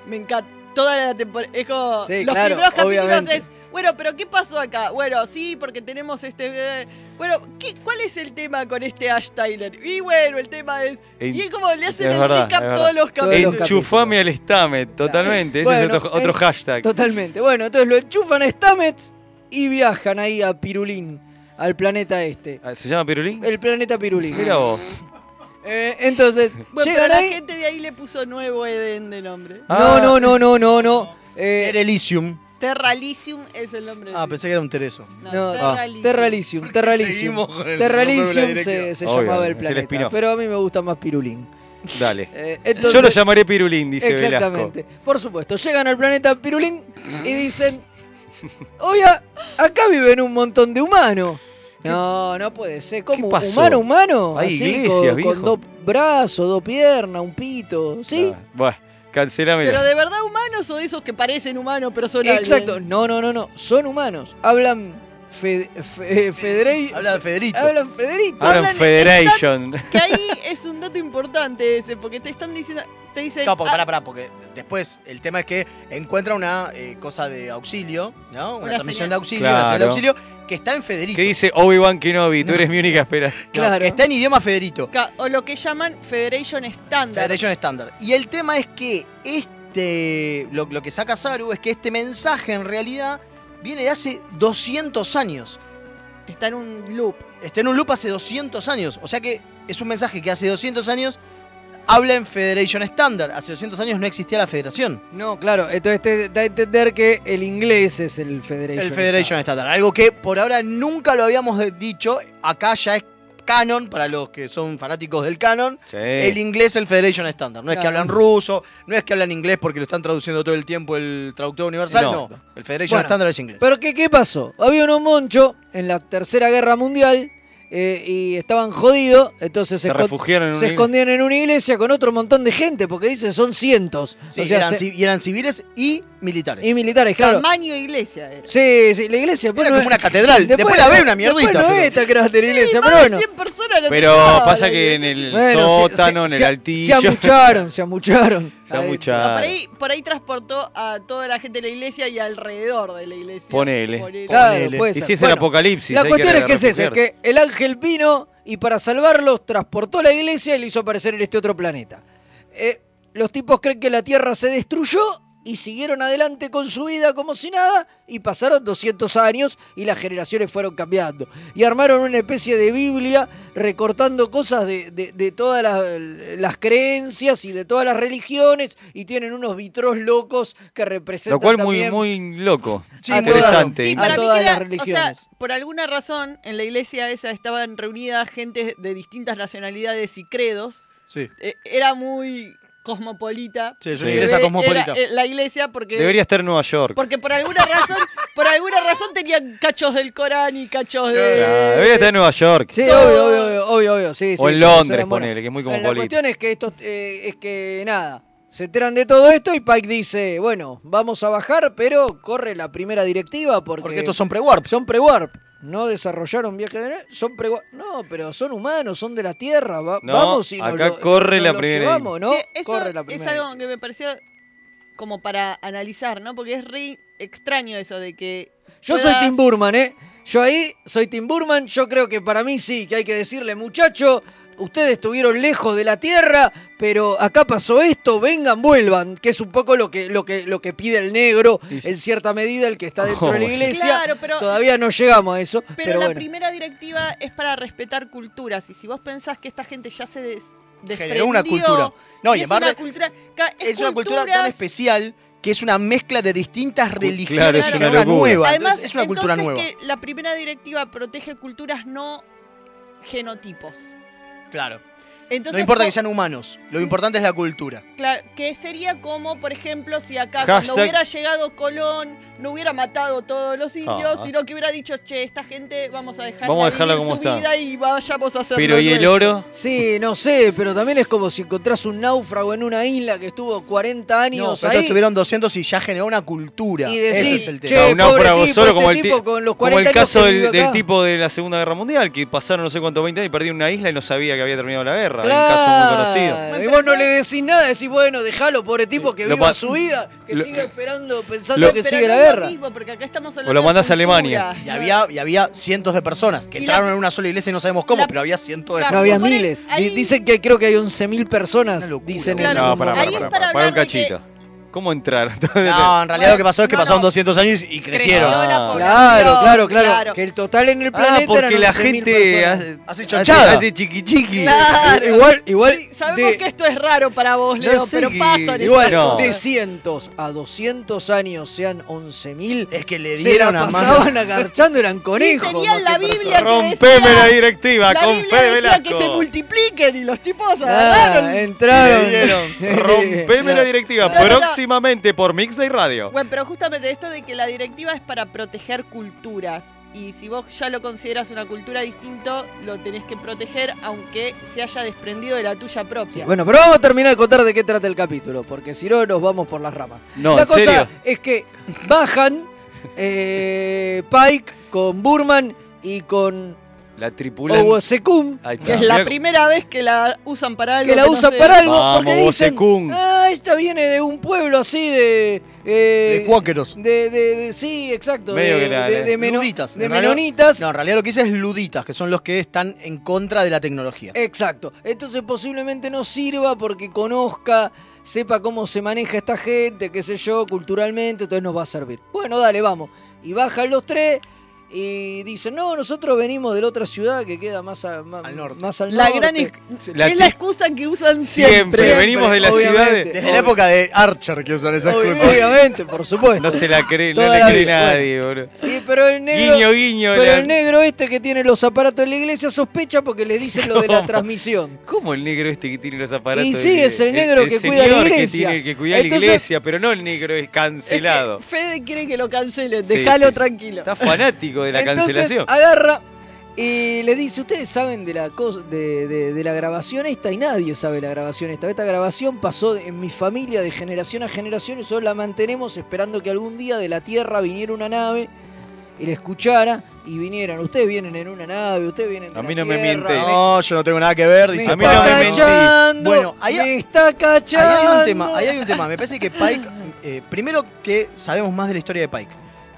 S4: Me encanta. Toda la temporada. Es como.
S1: Sí,
S4: los
S1: claro,
S4: primeros capítulos
S1: obviamente.
S4: es. Bueno, pero ¿qué pasó acá? Bueno, sí, porque tenemos este. eh, Bueno, ¿qué, ¿cuál es el tema con este Ash Tyler? Y bueno, el tema es.
S3: En-
S4: Y es como le hacen
S3: es
S4: el
S3: verdad,
S4: recap
S3: es verdad.
S4: todos los
S1: Todos los
S4: capítulos.
S3: Enchufame al Stamet, totalmente. Ese es
S1: Bueno,
S3: otro, otro
S1: en-
S3: hashtag.
S1: Totalmente. Bueno, entonces lo enchufan a Stamet y viajan ahí a Pirulín, al planeta este.
S3: Ah, ¿Se llama Pirulín?
S1: El planeta Pirulín.
S3: Mira vos.
S1: Eh, entonces,
S4: Bueno, pero
S1: llegan
S4: la
S1: ahí.
S4: gente de ahí le puso nuevo Eden de nombre.
S3: Ah.
S1: No, no, no, no, no, no. Eh,
S2: Era Elysium.
S4: Terra Elysium es el nombre.
S2: Ah, pensé que era un Tereso.
S1: No,
S4: Terra
S1: ah,
S4: Elysium.
S1: Terra Elysium, Terra Elysium.
S2: seguimos con el
S1: Terra
S2: nombre de la
S1: Elysium
S2: directiva?
S1: se, se
S3: Obvio,
S1: llamaba el
S3: es el
S1: planeta,
S3: spin-off.
S1: pero a mí me gusta más Pirulín.
S3: Dale.
S1: Eh,
S3: Yo
S1: entonces-
S3: lo llamaré Pirulín, dice
S1: Exactamente. Por supuesto, llegan al planeta Pirulín y dicen, oye, acá viven un montón de humanos. No, no puede ser. ¿Cómo?
S3: pasó?
S1: ¿Humano, humano?
S3: Hay
S1: Así,
S3: iglesias,
S1: con,
S3: viejo.
S1: con dos brazos, dos piernas, un pito. ¿Sí?
S3: Velasco. Ah, bueno, cancelame.
S4: Pero de verdad humanos o de esos que parecen humanos pero son
S1: Exacto.
S4: aliens?
S1: No, no, no, no. Son humanos. Hablan Fede, fe- Federei-
S2: Habla de Federito.
S1: Hablan Federito.
S3: Ahora
S4: hablan
S3: en
S4: en
S3: Federation.
S4: Que ahí es un dato importante ese, porque te están diciendo, te dicen,
S2: No, porque,
S4: "Ah,
S2: pará, pará, porque después el tema es que encuentra una eh, cosa de auxilio, ¿no? Una,
S4: Una
S2: transmisión
S4: señal.
S2: de auxilio, una señal de
S3: Claro.
S2: auxilio, que está en Federito.
S3: ¿Qué dice Obi-Wan Kenobi? Tú eres mi única esperanza.
S2: No,
S1: Claro.
S2: que está en idioma Federito.
S4: ca- o lo que llaman Federation Standard.
S2: Federation Standard. Y el tema es que este, lo, lo que saca Saru es que este mensaje en realidad viene de hace 200 años.
S4: Está en un loop.
S2: Está en un loop hace 200 años. O sea que es un mensaje que hace 200 años habla en Federation Standard. Hace 200 años no existía la federación.
S1: No, claro, entonces te da a entender que el inglés es el Federation.
S2: El Federation Standard. Algo que por ahora nunca lo habíamos de- dicho. Acá ya es canon para los que son fanáticos del canon.
S3: Sí.
S2: El inglés, el Federation Standard. No es que
S1: Claro.
S2: hablan ruso, no es que hablan inglés porque lo están traduciendo todo el tiempo el traductor universal. No,
S3: No.
S2: el Federation
S1: Bueno.
S2: Standard es inglés.
S1: Pero ¿qué, qué pasó? Había unos monchos en la Tercera Guerra Mundial eh, y estaban jodidos, entonces
S3: Se
S1: escon-
S3: refugiaron en
S1: se
S3: una iglesia.
S1: escondían en una iglesia con otro montón de gente, porque dicen son cientos.
S2: Sí,
S1: o sea,
S2: eran,
S1: se-
S2: ci- y eran civiles y militares.
S1: y militares, claro.
S4: Tamaño iglesia era.
S1: Sí, sí, la iglesia. después
S2: Era
S1: no
S2: como
S1: es-
S2: una catedral. Después la ve una mierdita,
S1: Después no
S2: pero-
S1: es tan grande la iglesia,
S4: Sí,
S1: pero
S4: más de
S1: bueno.
S4: 100 personas no
S3: Pero
S4: te llevaba
S3: pasa
S4: la
S3: que en
S4: iglesia.
S3: el
S1: Bueno, se-
S3: sótano,
S1: se-
S3: en
S1: se-
S3: el altillo.
S1: Se amucharon, se amucharon.
S3: Está muy chato.
S4: No, por, ahí, por ahí transportó a toda la gente de la iglesia y alrededor de la iglesia.
S3: Ponele.
S1: Claro, puede
S3: Y
S1: ser.
S3: si es
S1: Bueno,
S3: el apocalipsis.
S1: La
S3: hay
S1: cuestión es que es esa,
S3: refugiarse.
S1: que el ángel vino y para salvarlos transportó a la iglesia y lo hizo aparecer en este otro planeta. Eh, los tipos creen que la Tierra se destruyó y siguieron adelante con su vida como si nada y pasaron 200 años y las generaciones fueron cambiando. Y armaron una especie de Biblia recortando cosas de, de- de todas las, las creencias y de todas las religiones y tienen unos vitros locos que representan
S3: Lo cual muy,
S1: también
S3: muy loco.
S1: Sí,
S3: interesante.
S1: sí,
S4: Para
S1: A
S4: mí
S1: todas
S4: que era-
S1: las
S4: O
S1: religiones.
S4: sea, por alguna razón, en la iglesia esa estaban reunidas gente de distintas nacionalidades y credos.
S2: Sí.
S4: Eh, era muy cosmopolita.
S2: Sí, es una
S4: Se
S2: iglesia
S4: ve-
S2: cosmopolita.
S4: era, eh, la iglesia porque...
S3: Debería estar en Nueva York.
S4: Porque por alguna razón, por alguna razón tenían cachos del Corán y cachos de...
S3: Claro, debería estar en Nueva York.
S1: Sí, obvio, obvio, obvio, obvio, obvio, sí,
S3: O
S1: sí,
S3: en
S1: todos
S3: Londres,
S1: eran buenos.
S3: ponele, que es muy
S1: Bueno, La
S3: cosmopolita.
S1: cuestión es que esto eh, es que nada, se enteran de todo esto y Pike dice, bueno, vamos a bajar, pero corre la primera directiva porque
S2: Porque estos son
S1: pre-warp, son pre-warp. No desarrollaron viaje de son pre No, pero son humanos, son de la Tierra, va-
S3: No,
S1: vamos y nos
S3: acá
S1: lo-
S3: corre
S1: nos
S3: la
S1: lo
S3: primera
S1: llevamos, ¿no?
S4: Sí, eso
S1: corre la primera.
S4: es algo que me pareció como para analizar, ¿no? Porque es re extraño eso de que...
S1: Yo soy
S4: puedas-
S1: Tim Burman, ¿eh? Yo ahí soy Tim Burman. Yo creo que para mí sí, que hay que decirle, muchacho, ustedes estuvieron lejos de la tierra, pero acá pasó esto, vengan, vuelvan. Que es un poco lo que, lo que, lo que pide el negro, en cierta medida, el que está dentro de la
S4: Oh.
S1: iglesia.
S4: Claro, pero-
S1: Todavía no llegamos a eso, pero,
S4: Pero, la
S1: bueno.
S4: primera directiva es para respetar culturas. Y si vos pensás que esta gente ya se des
S2: Generó una
S4: desprendió,
S2: cultura. No, y
S4: es
S2: aparte-
S4: una cultura. ca- Es,
S2: Es una cultura tan
S4: culturas-
S2: especial que es una mezcla de distintas religiones.
S3: claro, es
S2: que
S3: una
S2: es una
S3: locura.
S2: nueva.
S4: Además,
S2: entonces es una cultura
S4: entonces
S2: nueva.
S4: que la primera directiva protege culturas, no genotipos.
S2: Claro.
S4: Entonces,
S2: no importa que
S4: po-
S2: sean humanos, lo importante es la cultura.
S4: Claro, que sería como, por ejemplo, si acá
S2: Hashtag-
S4: cuando hubiera llegado Colón no hubiera matado todos los indios,
S3: Ah.
S4: sino que hubiera dicho, che, esta gente vamos a dejarla,
S3: Vamos a dejarla
S4: vivir
S3: como
S4: su
S3: está.
S4: vida y vayamos a hacer
S3: Pero,
S4: lo
S3: ¿y el
S4: nuestro".
S3: oro?
S1: Sí, no sé, pero también es como si encontrás un náufrago en una isla que estuvo 40
S2: No,
S1: años
S2: pero
S1: ahí.
S2: estos tuvieron 200 y ya generó una cultura.
S1: Y decís,
S2: Ese es el tema.
S1: che,
S3: No, un náufrago solo, como, el
S1: este
S3: ti-
S1: tipo con los
S3: como
S1: 40
S3: el
S1: años
S3: caso
S1: que
S3: del,
S1: vive
S3: del
S1: acá.
S3: tipo de la Segunda Guerra Mundial, que pasaron no sé cuántos 20 años y perdieron una isla y no sabía que había terminado la guerra. Hay Un caso muy conocido.
S1: Claro, Y vos no le decís nada, decís, bueno, dejalo, pobre tipo, que
S3: Lo
S1: viva
S3: pa-
S1: su vida, que
S3: lo-
S1: siga esperando, pensando
S3: lo-
S1: que
S4: Pero
S1: sigue
S4: no
S1: la
S4: es lo
S1: guerra.
S4: mismo, porque acá estamos
S3: O lo
S4: hablando de
S3: mandás a
S4: cultura.
S3: Alemania.
S2: Y había, y había cientos de personas que
S4: Y
S2: entraron
S4: la-
S2: en una sola iglesia y no sabemos cómo, pero había cientos de
S1: No
S2: personas.
S1: había miles. Di- Dicen que creo que hay 11.000 personas. dicen en
S3: No,
S1: algún
S3: pará,
S1: momento.
S3: pará, pará, pará, pará un cachito. ¿Cómo entrar?
S2: No, en realidad lo que pasó es que pasaron 200 años y crecieron.
S3: Creció la
S1: Claro, claro, claro, Que el total en el
S2: Ah,
S1: planeta.
S2: porque
S1: eran
S2: la
S1: 11.000
S2: gente
S1: personas.
S2: hace- Hace chanchada. hace
S3: chiqui chiqui.
S4: Claro.
S1: Igual, igual.
S4: Sí, sabemos
S1: de-
S4: que esto es raro para vos, Leo,
S1: no sé
S4: pero este
S1: qué-
S4: pasan.
S1: Igual,
S4: esas
S1: de
S4: cosas.
S1: cientos a 200 años sean 11.000.
S2: Es que le
S1: Se
S2: dieron
S1: la
S2: a mano.
S1: pasaban agarchando, eran conejos. más
S4: tenían la
S1: que
S4: Biblia
S1: personas.
S4: que
S3: Rompeme la directiva
S4: La
S3: con
S4: Biblia
S3: Fede
S4: decía que
S3: Velasco.
S4: se multipliquen y los tipos agarraron.
S1: Ah,
S3: Le
S1: entraron.
S3: dieron, rompeme la directiva
S4: Pero pará.
S3: próximamente por Mixa y Radio.
S4: Bueno, pero justamente esto de que la directiva es para proteger culturas. Y si vos ya lo consideras una cultura distinto, lo tenés que proteger aunque se haya desprendido de la tuya propia.
S1: Bueno, pero vamos a terminar de contar de qué trata el capítulo, porque si no nos vamos por las ramas.
S3: No,
S1: La
S3: ¿en
S1: cosa
S3: serio?
S1: es que bajan eh, Pike con Burman y con
S3: La tripulante.
S1: Owosekun,
S3: Ahí está.
S4: que es la
S3: Mirá-
S4: primera vez que la usan para algo.
S1: que la
S4: no
S1: usan
S4: sé.
S1: para algo,
S3: Vamos,
S1: porque dicen,
S3: Owosekun.
S1: ah, esta viene de un pueblo así de... eh,
S2: De cuáqueros.
S1: de, de- de- sí, exacto.
S2: Medio
S1: de,
S2: que la-
S1: de- de meno-
S2: luditas.
S1: de
S2: En realidad-
S1: menonitas.
S2: No, en realidad lo que dice es luditas, que son los que están en contra de la tecnología.
S1: Eh, Exacto. Entonces posiblemente no sirva porque conozca, sepa cómo se maneja esta gente, qué sé yo, culturalmente, entonces nos va a servir. Bueno, dale, vamos. Y bajan los tres y dicen, no, nosotros venimos de la otra ciudad que queda más, a- ma- más al norte.
S4: La gran ex-
S3: La
S4: es la
S3: ti-
S4: excusa que usan siempre.
S3: Siempre, venimos de la ciudad.
S1: obviamente.
S2: Desde la época de Archer que usan esas
S1: Obvi-
S2: cosas.
S1: Obviamente, por supuesto.
S3: No se la cree, no
S1: Toda
S3: le
S1: la
S3: cree
S1: vida,
S3: nadie, boludo.
S1: Y- pero el negro,
S3: Guiño, guiño,
S1: pero
S3: la-
S1: el negro este que tiene los aparatos en la iglesia sospecha porque le dicen lo de la
S3: ¿Cómo?
S1: transmisión.
S3: ¿Cómo el negro este que tiene los aparatos?
S1: Y sí, es el negro que cuida la
S3: señor
S1: iglesia.
S3: Que tiene que cuidar la
S1: Entonces-
S3: iglesia, pero no el negro es cancelado.
S4: Fede quiere que lo cancelen,
S3: Sí,
S4: déjalo
S3: sí, sí.
S4: tranquilo.
S3: Está fanático de la
S1: Entonces,
S3: cancelación.
S1: Agarra y le dice, ustedes saben de la cosa, de, de- de la grabación esta y nadie sabe la grabación esta. Esta grabación pasó de- en mi familia de generación a generación y solo la mantenemos esperando que algún día de la Tierra viniera una nave y la escuchara y vinieran, ustedes vienen en una nave, ustedes vienen de
S3: A
S1: la
S3: mí no me
S1: Tierra,
S3: miente.
S2: No, yo no tengo nada que ver, dice
S3: A mí no
S2: Pike.
S3: me mentí.
S1: cachando,
S2: Bueno, ahí,
S1: me está cachando.
S2: ahí hay un tema, ahí hay un tema. Me parece que Pike, eh, primero que sabemos más de la historia de Pike.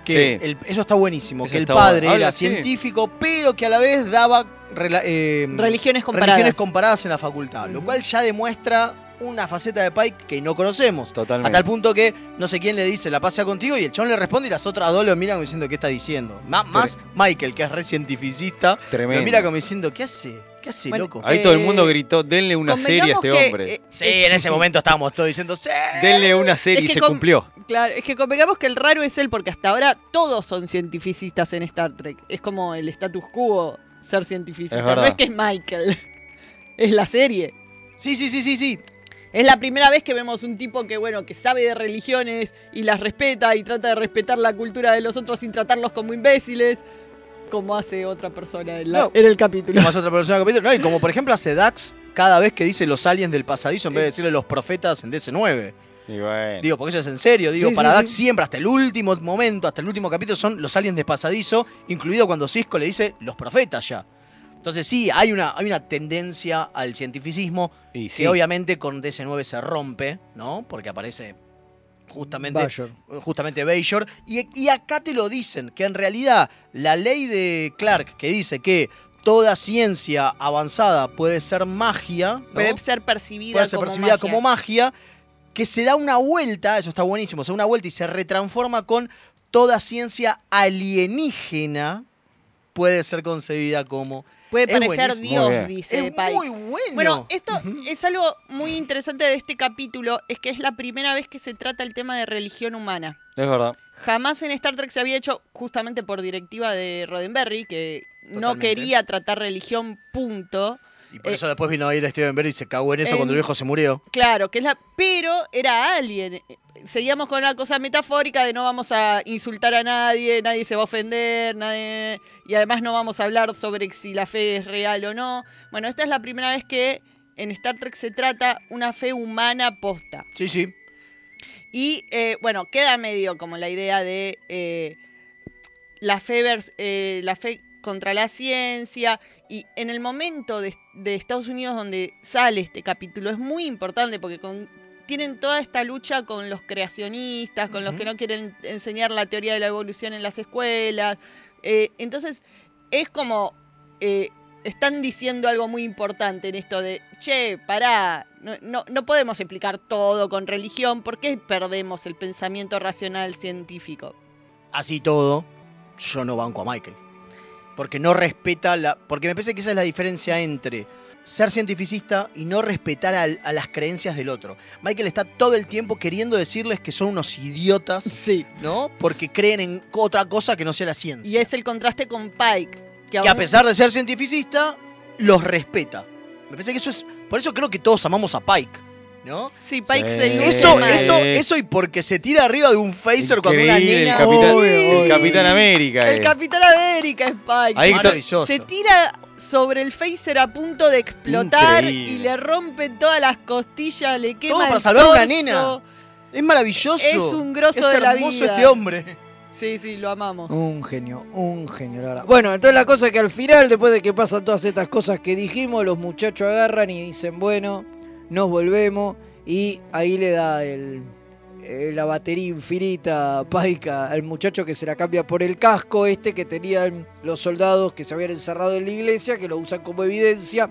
S2: Que
S3: Sí.
S2: el- eso está buenísimo,
S3: Eso
S2: que el
S3: está bueno.
S2: padre
S3: Habla
S2: era
S3: así.
S2: científico, pero que a la vez daba rela- eh,
S4: Religiones comparadas.
S2: religiones comparadas en la facultad, lo cual ya demuestra una faceta de Pike que no conocemos.
S3: Totalmente.
S2: A tal punto que no sé quién le dice, la pasea contigo, y el chon le responde y las otras dos lo miran como diciendo, ¿qué está diciendo? Má- más Michael, que es re cientificista,
S3: Tremendo.
S2: lo mira como diciendo, ¿qué hace? ¿Qué hace,
S4: Bueno,
S2: loco?
S3: Ahí todo el mundo gritó, denle una serie a
S4: Convengamos
S3: este
S4: que,
S3: hombre.
S4: eh,
S2: Sí, en ese momento estábamos todos diciendo, ¡sí!
S3: denle una serie y
S4: que
S3: se
S4: con-
S3: cumplió.
S4: Claro, es que convengamos que el raro es él, porque hasta ahora todos son cientificistas en Star Trek. Es como el status quo ser cientificista.
S3: Es
S4: no
S3: verdad.
S4: es que es Michael, es la serie.
S2: Sí, sí, sí, sí, sí.
S4: Es la primera vez que vemos un tipo que, bueno, que sabe de religiones y las respeta y trata de respetar la cultura de los otros sin tratarlos como imbéciles, como hace otra persona en, la-
S2: No.
S4: en el capítulo.
S2: Más otra persona del capítulo. No, y como por ejemplo hace Dax cada vez que dice los aliens del pasadizo en vez de decirle los profetas en DC9.
S3: Y bueno.
S2: Digo, porque eso es en serio. Digo,
S1: Sí,
S2: para
S1: sí,
S2: Dax
S1: sí.
S2: siempre, hasta el último momento, hasta el último capítulo, son los aliens de pasadizo, incluido cuando Cisco le dice los profetas ya. Entonces sí, hay una, hay una tendencia al cientificismo
S3: Y sí.
S2: que obviamente con DC9 se rompe, ¿no? Porque aparece justamente
S1: Bajor.
S2: justamente Bajor. Y, y acá te lo dicen, que en realidad la ley de Clark que dice que toda ciencia avanzada puede ser magia, ¿no?
S4: Puede ser percibida,
S2: puede ser
S4: como,
S2: percibida
S4: magia.
S2: como magia, que se da una vuelta, eso está buenísimo, se da una vuelta y se retransforma con toda ciencia alienígena puede ser concebida como...
S4: Puede
S2: Es
S4: parecer
S2: buenísimo.
S3: Muy
S4: Dios,
S3: bien.
S4: dice
S2: es
S4: Pike.
S2: muy bueno.
S4: Bueno, esto es algo muy interesante de este capítulo, es que es la primera vez que se trata el tema de religión humana.
S3: Es verdad.
S4: Jamás en Star Trek se había hecho, justamente por directiva de Roddenberry, que no
S2: Totalmente.
S4: quería tratar religión, punto.
S2: y por
S4: eh,
S2: eso después vino a ir a Steven Berry y se cagó en eso
S4: en-
S2: cuando el viejo se murió.
S4: Claro, que es la. Pero era alien. Seguíamos con la cosa metafórica de no vamos a insultar a nadie, nadie se va a ofender, nadie. Y además no vamos a hablar sobre si la fe es real o no. Bueno, esta es la primera vez que en Star Trek se trata una fe humana posta.
S2: Sí, sí.
S4: Y eh, bueno, queda medio como la idea de eh, la, fe vers- eh, la fe contra la ciencia. Y en el momento de, de Estados Unidos donde sale este capítulo es muy importante porque con- tienen toda esta lucha con los creacionistas, con los que no quieren enseñar la teoría de la evolución en las escuelas. Eh, entonces es como... eh, están diciendo algo muy importante en esto de, che, pará, no, no, no podemos explicar todo con religión, ¿por qué perdemos el pensamiento racional científico?
S2: Así todo, yo no banco a Michael. Porque no respeta la. Porque me parece que esa es la diferencia entre ser cientificista y no respetar al- a las creencias del otro. Michael está todo el tiempo queriendo decirles que son unos idiotas,
S4: Sí.
S2: ¿no? Porque creen en otra cosa que no sea la ciencia.
S4: Y es el contraste con Pike.
S2: que a pesar de ser cientificista, los respeta. Me parece que eso es. Por eso creo que todos amamos a Pike, ¿no?
S4: Sí, Pike
S3: Sí.
S4: se
S2: Eso,
S4: ilusiona.
S2: eso, eso y porque se tira arriba de un phaser cuando una
S3: eh. Increíble,
S2: nena.
S3: el capitán,
S2: Uy,
S3: el
S2: uy.
S3: Capitán América.
S4: El
S3: eh.
S4: Capitán América es Pike.
S3: Ahí está-
S2: Maravilloso.
S4: Se tira sobre el phaser a punto de explotar
S3: Increíble.
S4: y le rompe todas las costillas, le quema
S2: para
S4: el
S2: salvar a una
S4: torso.
S2: nena. Es maravilloso.
S4: Es un grosso
S2: Es
S4: de la
S2: hermoso
S4: vida.
S2: este hombre.
S4: Sí, sí, lo amamos.
S1: Un genio, un genio, la verdad. Bueno, entonces la cosa es que al final, después de que pasan todas estas cosas que dijimos, los muchachos agarran y dicen, bueno, nos volvemos. Y ahí le da el, eh, la batería infinita paica al muchacho que se la cambia por el casco este que tenían los soldados que se habían encerrado en la iglesia, que lo usan como evidencia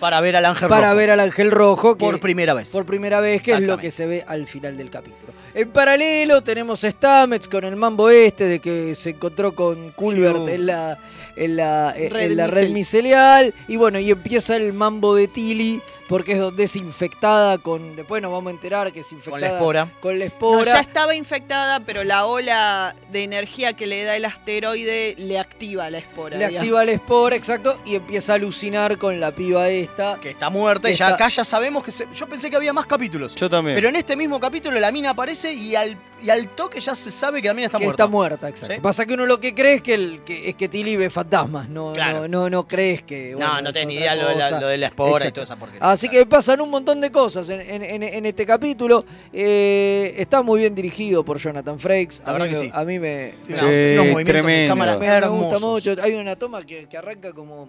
S2: Para ver al ángel
S1: para
S2: rojo.
S1: ver al ángel rojo. que-
S2: por primera vez.
S1: por primera vez, que es lo que se ve al final del capítulo. En paralelo tenemos a Stamets con el mambo este de que se encontró con Culbert
S2: Yo.
S1: en la, en la, eh,
S4: Red
S1: en la red
S4: micel.
S1: micelial. Y bueno, y empieza el mambo de Tilly, porque es donde es infectada con... Después nos vamos a enterar que es
S2: Con la
S1: infectada
S2: espora.
S1: con la
S4: No,
S1: espora.
S4: ya estaba infectada, pero la ola de energía que le da el asteroide le activa la espora.
S1: le
S4: digamos.
S1: activa la espora, exacto, y empieza a alucinar con la piba esta.
S2: Que está muerta y ya
S1: Está-
S2: acá ya sabemos que se- Yo pensé que había más capítulos.
S3: Yo también.
S2: Pero en este mismo capítulo la mina aparece y al y al toque ya se sabe que la mina está
S1: que
S2: muerta.
S1: está muerta, exacto.
S2: ¿Sí?
S1: Pasa que uno lo que cree es que, el, que- es que Tilly ve fantasmas, no,
S2: Claro.
S1: no, no, no crees que. bueno,
S2: no, no
S1: es
S2: tenés ni
S1: otra
S2: idea lo de, la,
S1: cosa.
S2: lo de la espora y
S1: Exacto.
S2: toda esa porquería.
S1: Así que pasan un montón de cosas en, en- en- en este capítulo. Eh, está muy bien dirigido por Jonathan Frakes. a,
S2: La
S1: mí
S2: verdad que
S1: me-
S2: sí.
S1: a mí me, me-
S2: Sí, Unos movimientos de tremendo. cámara
S1: Me, me gusta
S2: hermosos.
S1: mucho. Hay una toma que, que arranca como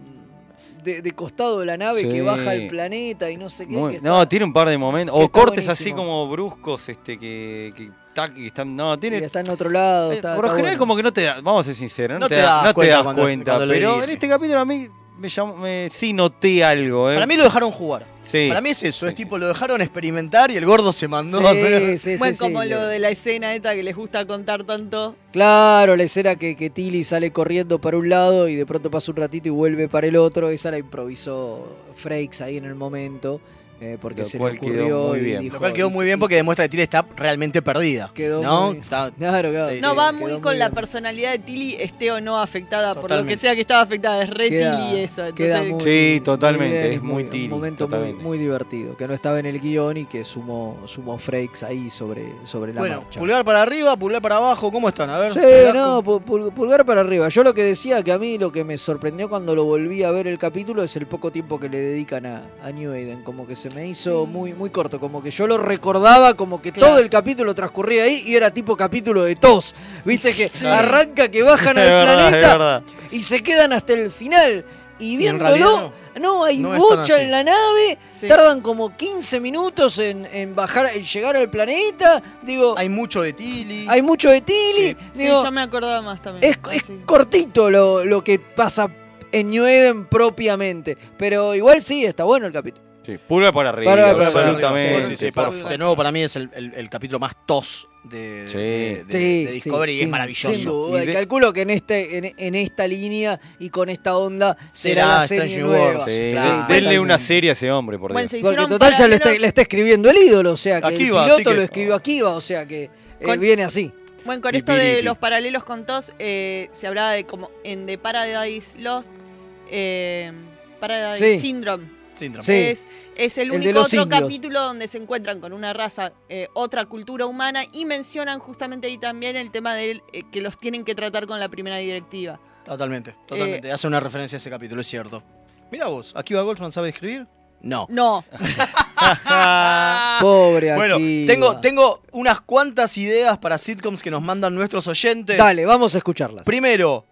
S1: de, de costado de la nave
S3: Sí.
S1: que baja el planeta y no sé qué.
S3: Muy-
S1: que está-
S3: no, tiene un par de momentos. O
S1: está
S3: cortes así
S1: buenísimo.
S3: como bruscos, este, que, que, tac, que están. No,
S1: y
S3: tiene.
S1: está en otro lado.
S3: eh,
S1: está-
S3: por lo
S1: está
S3: general,
S1: bueno.
S3: como que no te da. Vamos a ser sinceros, no,
S1: No
S3: te,
S1: te
S3: da-
S1: das
S3: no te
S1: cuenta
S3: das
S1: cuando-
S3: cuenta.
S1: cuando lo
S3: pero en
S1: dirige.
S3: este capítulo a mí me, llamó, me- sí noté algo. eh.
S2: Para mí lo dejaron jugar.
S3: Sí.
S2: Para mí es eso, es tipo, lo dejaron experimentar y el gordo se mandó
S1: Sí,
S2: a hacer.
S1: sí,
S4: bueno, como lo de la escena esta que les gusta contar tanto.
S1: Claro, la escena que, que Tilly sale corriendo para un lado y de pronto pasa un ratito y vuelve para el otro, esa la improvisó Frakes ahí en el momento, eh, porque
S2: Lo
S1: se
S2: cual
S1: le
S2: quedó
S1: ocurrió
S2: muy
S1: y
S2: bien.
S1: dijo,
S2: Lo cual quedó muy bien porque demuestra que Tilly está realmente perdida.
S1: Quedó
S2: ¿No?
S1: muy-
S2: Está-
S1: Claro, claro.
S4: No,
S1: sí,
S4: va
S1: quedó
S4: muy con
S1: muy
S4: la
S1: bien.
S4: personalidad de Tilly, esté o no afectada, por lo
S1: Totalmente.
S4: que sea que estaba afectada, es re
S1: Queda-
S4: Tilly eso. Entonces,
S1: queda muy-
S3: Sí, totalmente,
S1: bien,
S3: es
S1: y
S3: muy Tilly,
S1: Un momento muy,
S3: totalmente.
S1: muy divertido, que no estaba en el guión y que sumó, sumó Frakes ahí sobre, sobre la
S2: Bueno,
S1: marcha.
S2: pulgar para arriba, pulgar para abajo, ¿cómo están? A ver.
S1: Sí,
S2: pulgar
S1: no, pu- pul- pulgar para arriba. Yo lo que decía que a mí lo que me sorprendió cuando lo volví a ver el capítulo es el poco tiempo que le dedican a, a New Aiden. Como que se me hizo muy, muy corto. Como que yo lo recordaba como que todo el capítulo transcurría ahí y era tipo capítulo de tos. Viste que
S2: Claro.
S1: arranca, que bajan
S2: Es
S1: al
S2: verdad, es
S1: planeta
S2: verdad.
S1: y se quedan hasta el final. Y
S2: en realidad
S1: viéndolo, no, hay
S2: no es tan
S1: bocha
S2: así.
S1: en la nave, tardan como 15 minutos en, en bajar, en llegar al planeta. Digo,
S2: hay mucho de Tilly.
S1: Hay mucho de Tilly.
S4: sí,
S1: Digo,
S4: yo me acordaba más también.
S1: es, es cortito lo, lo que pasa en New Eden propiamente. Pero igual sí, está bueno el capítulo.
S3: Sí, pulga para arriba,
S1: Para- para- para-
S3: absolutamente.
S2: Sí, sí, sí, para- de nuevo, para mí es el, el- el capítulo más tos de,
S3: Sí.
S2: de- de-
S1: Sí,
S2: de Discovery
S1: sí,
S2: y es
S1: sin-
S2: maravilloso.
S1: sin duda.
S2: Y de-
S1: Calculo que en este en, en esta línea y con esta onda será,
S2: Será
S1: la serie
S2: Strange New
S1: nueva.
S2: Worlds.
S3: Sí,
S2: Sí,
S3: de-
S2: claro.
S3: denle una serie a ese hombre, por
S4: Bueno,
S3: Dios.
S4: se
S1: Porque
S4: hicieron
S1: total ya lo está,
S4: paralelos-
S1: le está escribiendo el ídolo, o sea que el
S3: Akiva, así
S1: piloto
S3: que-
S1: lo escribió Akiva, o sea que eh,
S4: Con-
S1: viene así.
S4: Bueno, con
S1: Pi,
S4: esto
S1: pi,
S4: de
S1: pi.
S4: los paralelos con TOS, eh, se hablaba de como en The Paradise Lost, eh, Paradise
S1: Sí.
S4: Syndrome.
S2: Síndrome.
S1: Sí.
S4: Es, es el
S1: El de
S4: único
S1: los
S4: otro
S1: indios.
S4: capítulo donde se encuentran con una raza, eh, otra cultura humana y mencionan justamente ahí también el tema de eh, que los tienen que tratar con la primera directiva.
S2: Totalmente, totalmente.
S1: Eh,
S2: Hace una referencia a ese capítulo, es cierto. Mira vos, ¿aquí va Goldman sabe escribir? No.
S4: No.
S2: Ah.
S1: Pobre
S2: Bueno,
S1: Akiva.
S2: tengo, tengo unas cuantas ideas para sitcoms que nos mandan nuestros oyentes.
S1: Dale, vamos a escucharlas.
S2: Primero,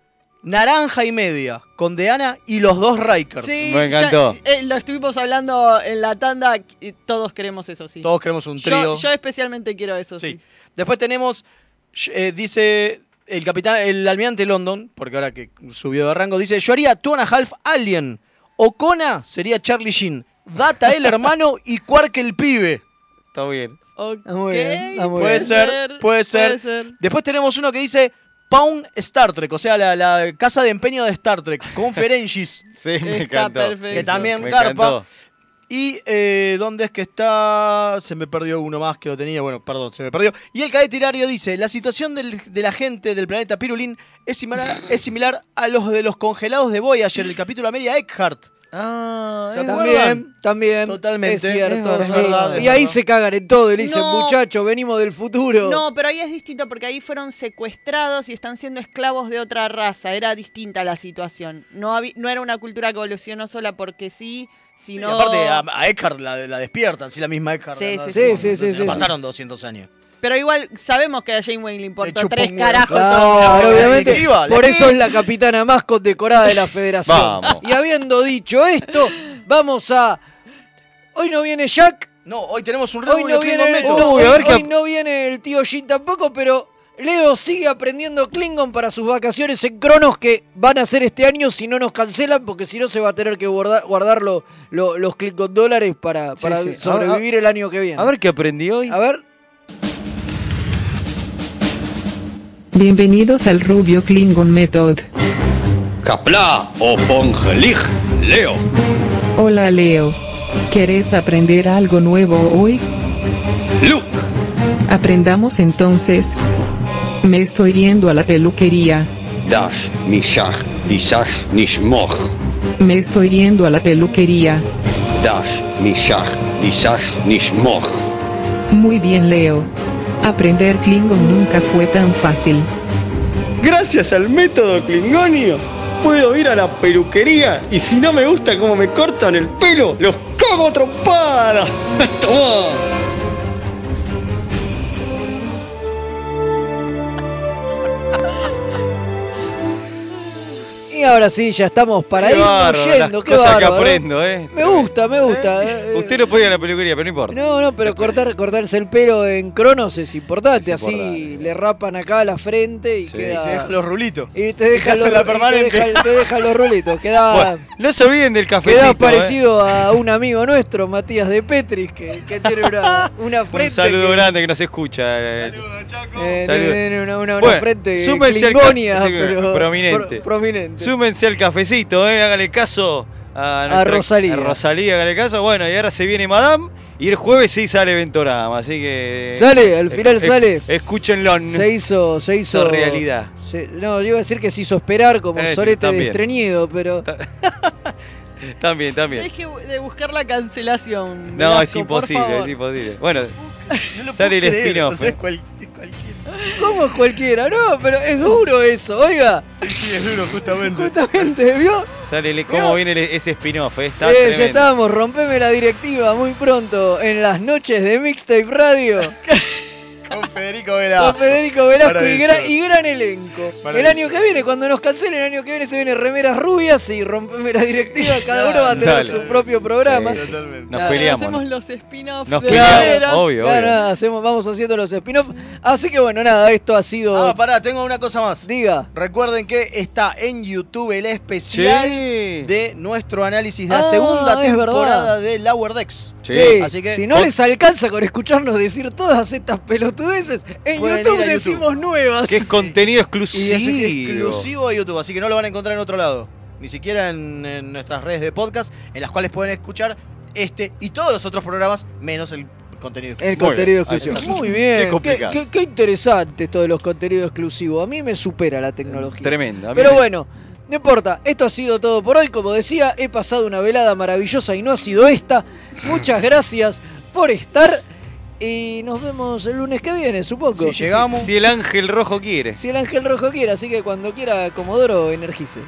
S2: Naranja y Media, con Deana y los dos Rikers.
S4: Sí, ya, eh, lo estuvimos hablando en la tanda y todos queremos eso, sí.
S2: Todos queremos un
S4: Yo,
S2: trío.
S4: yo especialmente quiero eso, sí.
S2: Después tenemos, sh- eh, dice el capitán, el almirante London, porque ahora que subió de rango, dice, yo haría Two and a Half Alien. Ocona sería Charlie Sheen. Data el hermano y Quark el pibe.
S3: Está bien.
S4: Ok.
S1: muy bien, está muy
S2: Puede
S1: bien.
S2: ser, puede ser. Después tenemos uno que dice Pound Star Trek, o sea, la, la casa de empeño de Star Trek, con Ferengis.
S3: Sí,
S2: Está
S3: me encantó.
S2: perfecto. Que también
S3: Me
S2: garpa.
S3: encantó.
S2: Y eh, dónde es que está. Se me perdió uno más que lo tenía. Bueno, perdón, se me perdió. Y el cadete Hilario dice: La situación del- de la gente del planeta Pirulín es similar, es similar a los de los congelados de Voyager, el capítulo a media Eckhart.
S3: Ah,
S1: O sea, también, también.
S2: Totalmente,
S1: Es cierto,
S2: es
S1: sí.
S2: verdad, es
S1: Y ahí
S2: verdad.
S1: se cagan en todo y le dicen,
S4: No.
S1: muchachos, venimos del futuro.
S4: No, pero ahí es distinto porque ahí fueron secuestrados y están siendo esclavos de otra raza. Era distinta la situación. No, habí- no era una cultura que evolucionó sola porque sí,
S2: Y
S4: sino.
S2: aparte,
S3: ah,
S2: a, a Eckhart la, la despiertan, sí, la misma Eckhart.
S4: Sí,
S2: ¿no?
S4: sí, sí.
S2: Entonces,
S1: Sí, sí, sí,
S2: no
S1: sí.
S2: Pasaron 200 años.
S4: Pero igual sabemos que a Janeway le importó
S2: chupa
S4: tres
S2: un huevo.
S4: carajos.
S2: Claro,
S4: todo.
S1: Claro, obviamente,
S2: directiva, la
S1: por
S2: que-
S1: eso es la capitana más condecorada de la federación.
S2: Vamos.
S1: Y habiendo dicho esto, vamos a... Hoy no viene Jack,
S2: No, hoy tenemos un
S1: hoy no
S2: Raúl en el
S1: viene, el,
S2: momento.
S1: no,
S2: Uy, a
S1: hoy-
S2: ver qué-
S1: hoy no viene el tío Jin tampoco, pero Leo sigue aprendiendo Klingon para sus vacaciones en Cronos que van a hacer este año si no nos cancelan, porque si no se va a tener que guarda- guardar lo- lo- los Klingon dólares para,
S3: Sí,
S1: para
S3: sí.
S1: sobrevivir el año que viene.
S3: A ver qué aprendí hoy.
S1: A ver.
S5: Bienvenidos al Rubio Klingon Method.
S12: Kapla o Pongelig, Leo.
S5: Hola Leo. ¿Querés aprender algo nuevo hoy? Aprendamos entonces. Me estoy yendo a la peluquería.
S12: Das misach, disach, nishmoch.
S5: Me estoy yendo a la peluquería.
S12: Das misach, disach, nishmoch.
S5: Muy bien Leo. Aprender Klingon nunca fue tan fácil.
S12: Gracias al método Klingonio, puedo ir a la peluquería y si no me gusta cómo me cortan el pelo, los cago a trompadas. Tomá.
S1: Y ahora sí, ya estamos para
S3: Qué
S1: ir
S3: bárbaro,
S1: yendo.
S3: las
S1: Qué
S3: cosas que
S1: bárbaro.
S3: aprendo, ¿eh?
S1: Me gusta, me gusta. eh, eh.
S3: Usted no puede ir a la peluquería, pero no importa.
S1: No, no, pero cortar, cortarse el pelo en Cronos es importante.
S3: Es
S1: Así le rapan acá la frente y
S3: Sí.
S1: queda.
S3: Y te deja
S2: los rulitos.
S1: Y te deja,
S2: Dejas
S1: los,
S2: la
S1: y te
S2: permanente.
S1: deja- te deja los rulitos. Queda.
S3: Bueno, Ah, no se olviden del cafecito.
S1: Quedás
S3: ¿eh?
S1: parecido a un amigo nuestro, Matías de Petris, que, que tiene una, una frente.
S3: Un saludo
S1: que-
S3: grande que nos escucha. eh.
S1: eh,
S3: Saludo.
S1: tiene una, una, una
S3: Bueno,
S1: frente
S3: súmense al ca-
S1: clingonia,
S3: sí,
S1: pero
S3: prominente.
S1: pro- prominente.
S3: Súmense al cafecito, eh, hágale caso a, nuestra-
S1: Rosalía.
S3: a Rosalía, hágale caso. Bueno, y ahora se viene Madame y el jueves sí sale Ventorama, así que.
S1: Sale, al final
S3: es-
S1: sale.
S3: Escúchenlo.
S1: Se hizo, se hizo.
S3: Eh, Hizo realidad.
S1: se- no, yo iba a decir que se hizo esperar como
S3: Eh, sí,
S1: sorete
S3: también.
S1: estreñido, pero.
S3: También, también.
S4: Deje de buscar la cancelación.
S3: No, es
S4: Velasco, por
S3: imposible, es
S4: favor.
S3: imposible. Bueno, sale el
S2: puedo creer,
S3: spin-off.
S2: o sea,
S3: eh.
S1: ¿Cómo es cualquiera? No, pero es duro eso, oiga.
S2: Sí, sí, es duro, justamente.
S1: Justamente, ¿vio?
S3: Sale el- cómo viene el- ese spin-off. eh, Está
S1: Eh, ya
S3: tremendo.
S1: estábamos, rompeme la directiva muy pronto en las noches de Mixtape Radio
S2: Con Federico Vela.
S1: con Federico Velasco y, gra-
S2: Maravilloso.
S1: y gran elenco. El
S2: Maravilloso.
S1: año que viene, cuando nos cancelen, el año que viene se vienen remeras rubias y rompeme la directiva. Cada uno va a tener
S3: Dale.
S1: su propio programa.
S3: Sí, sí, sí. Nos
S1: Nada,
S3: peleamos.
S1: hacemos-
S4: Hacemos los spin-offs
S3: Nos
S4: de
S3: peleamos,
S4: Veras.
S3: obvio,
S1: nada,
S3: obvio.
S1: nada, hacemos, vamos haciendo los spin-off. Así que bueno, nada, esto ha sido.
S2: Ah, pará, tengo una cosa más.
S1: Diga.
S2: Recuerden que está en YouTube el especial
S3: Sí.
S2: de nuestro análisis de la
S1: Ah,
S2: segunda
S1: es
S2: temporada
S1: verdad.
S2: de Lower Decks.
S1: Sí.
S2: Así que
S1: si no les alcanza con escucharnos decir todas estas pelotudeces, en
S2: Pueden ir
S1: YouTube
S2: a YouTube.
S1: decimos nuevas.
S3: Que es contenido
S2: Y
S3: exclusivo.
S2: es exclusivo a YouTube, así que no lo van a encontrar en otro lado. Ni siquiera en, en nuestras redes de podcast, en las cuales pueden escuchar este y todos los otros programas, menos el contenido exclusivo.
S1: El contenido exclusivo. Muy bien.
S2: Qué
S1: Qué,
S2: complicado.
S1: qué- qué interesante esto de los contenidos exclusivos. A mí me supera la tecnología.
S3: Tremendo. a mí
S1: Pero
S3: me-
S1: bueno, no importa. Esto ha sido todo por hoy. Como decía, he pasado una velada maravillosa y no ha sido esta. Muchas gracias por estar. Y nos vemos el lunes que viene, supongo.
S3: Si el ángel rojo quiere.
S1: Si el ángel rojo quiere, así que cuando quiera, Comodoro, energice.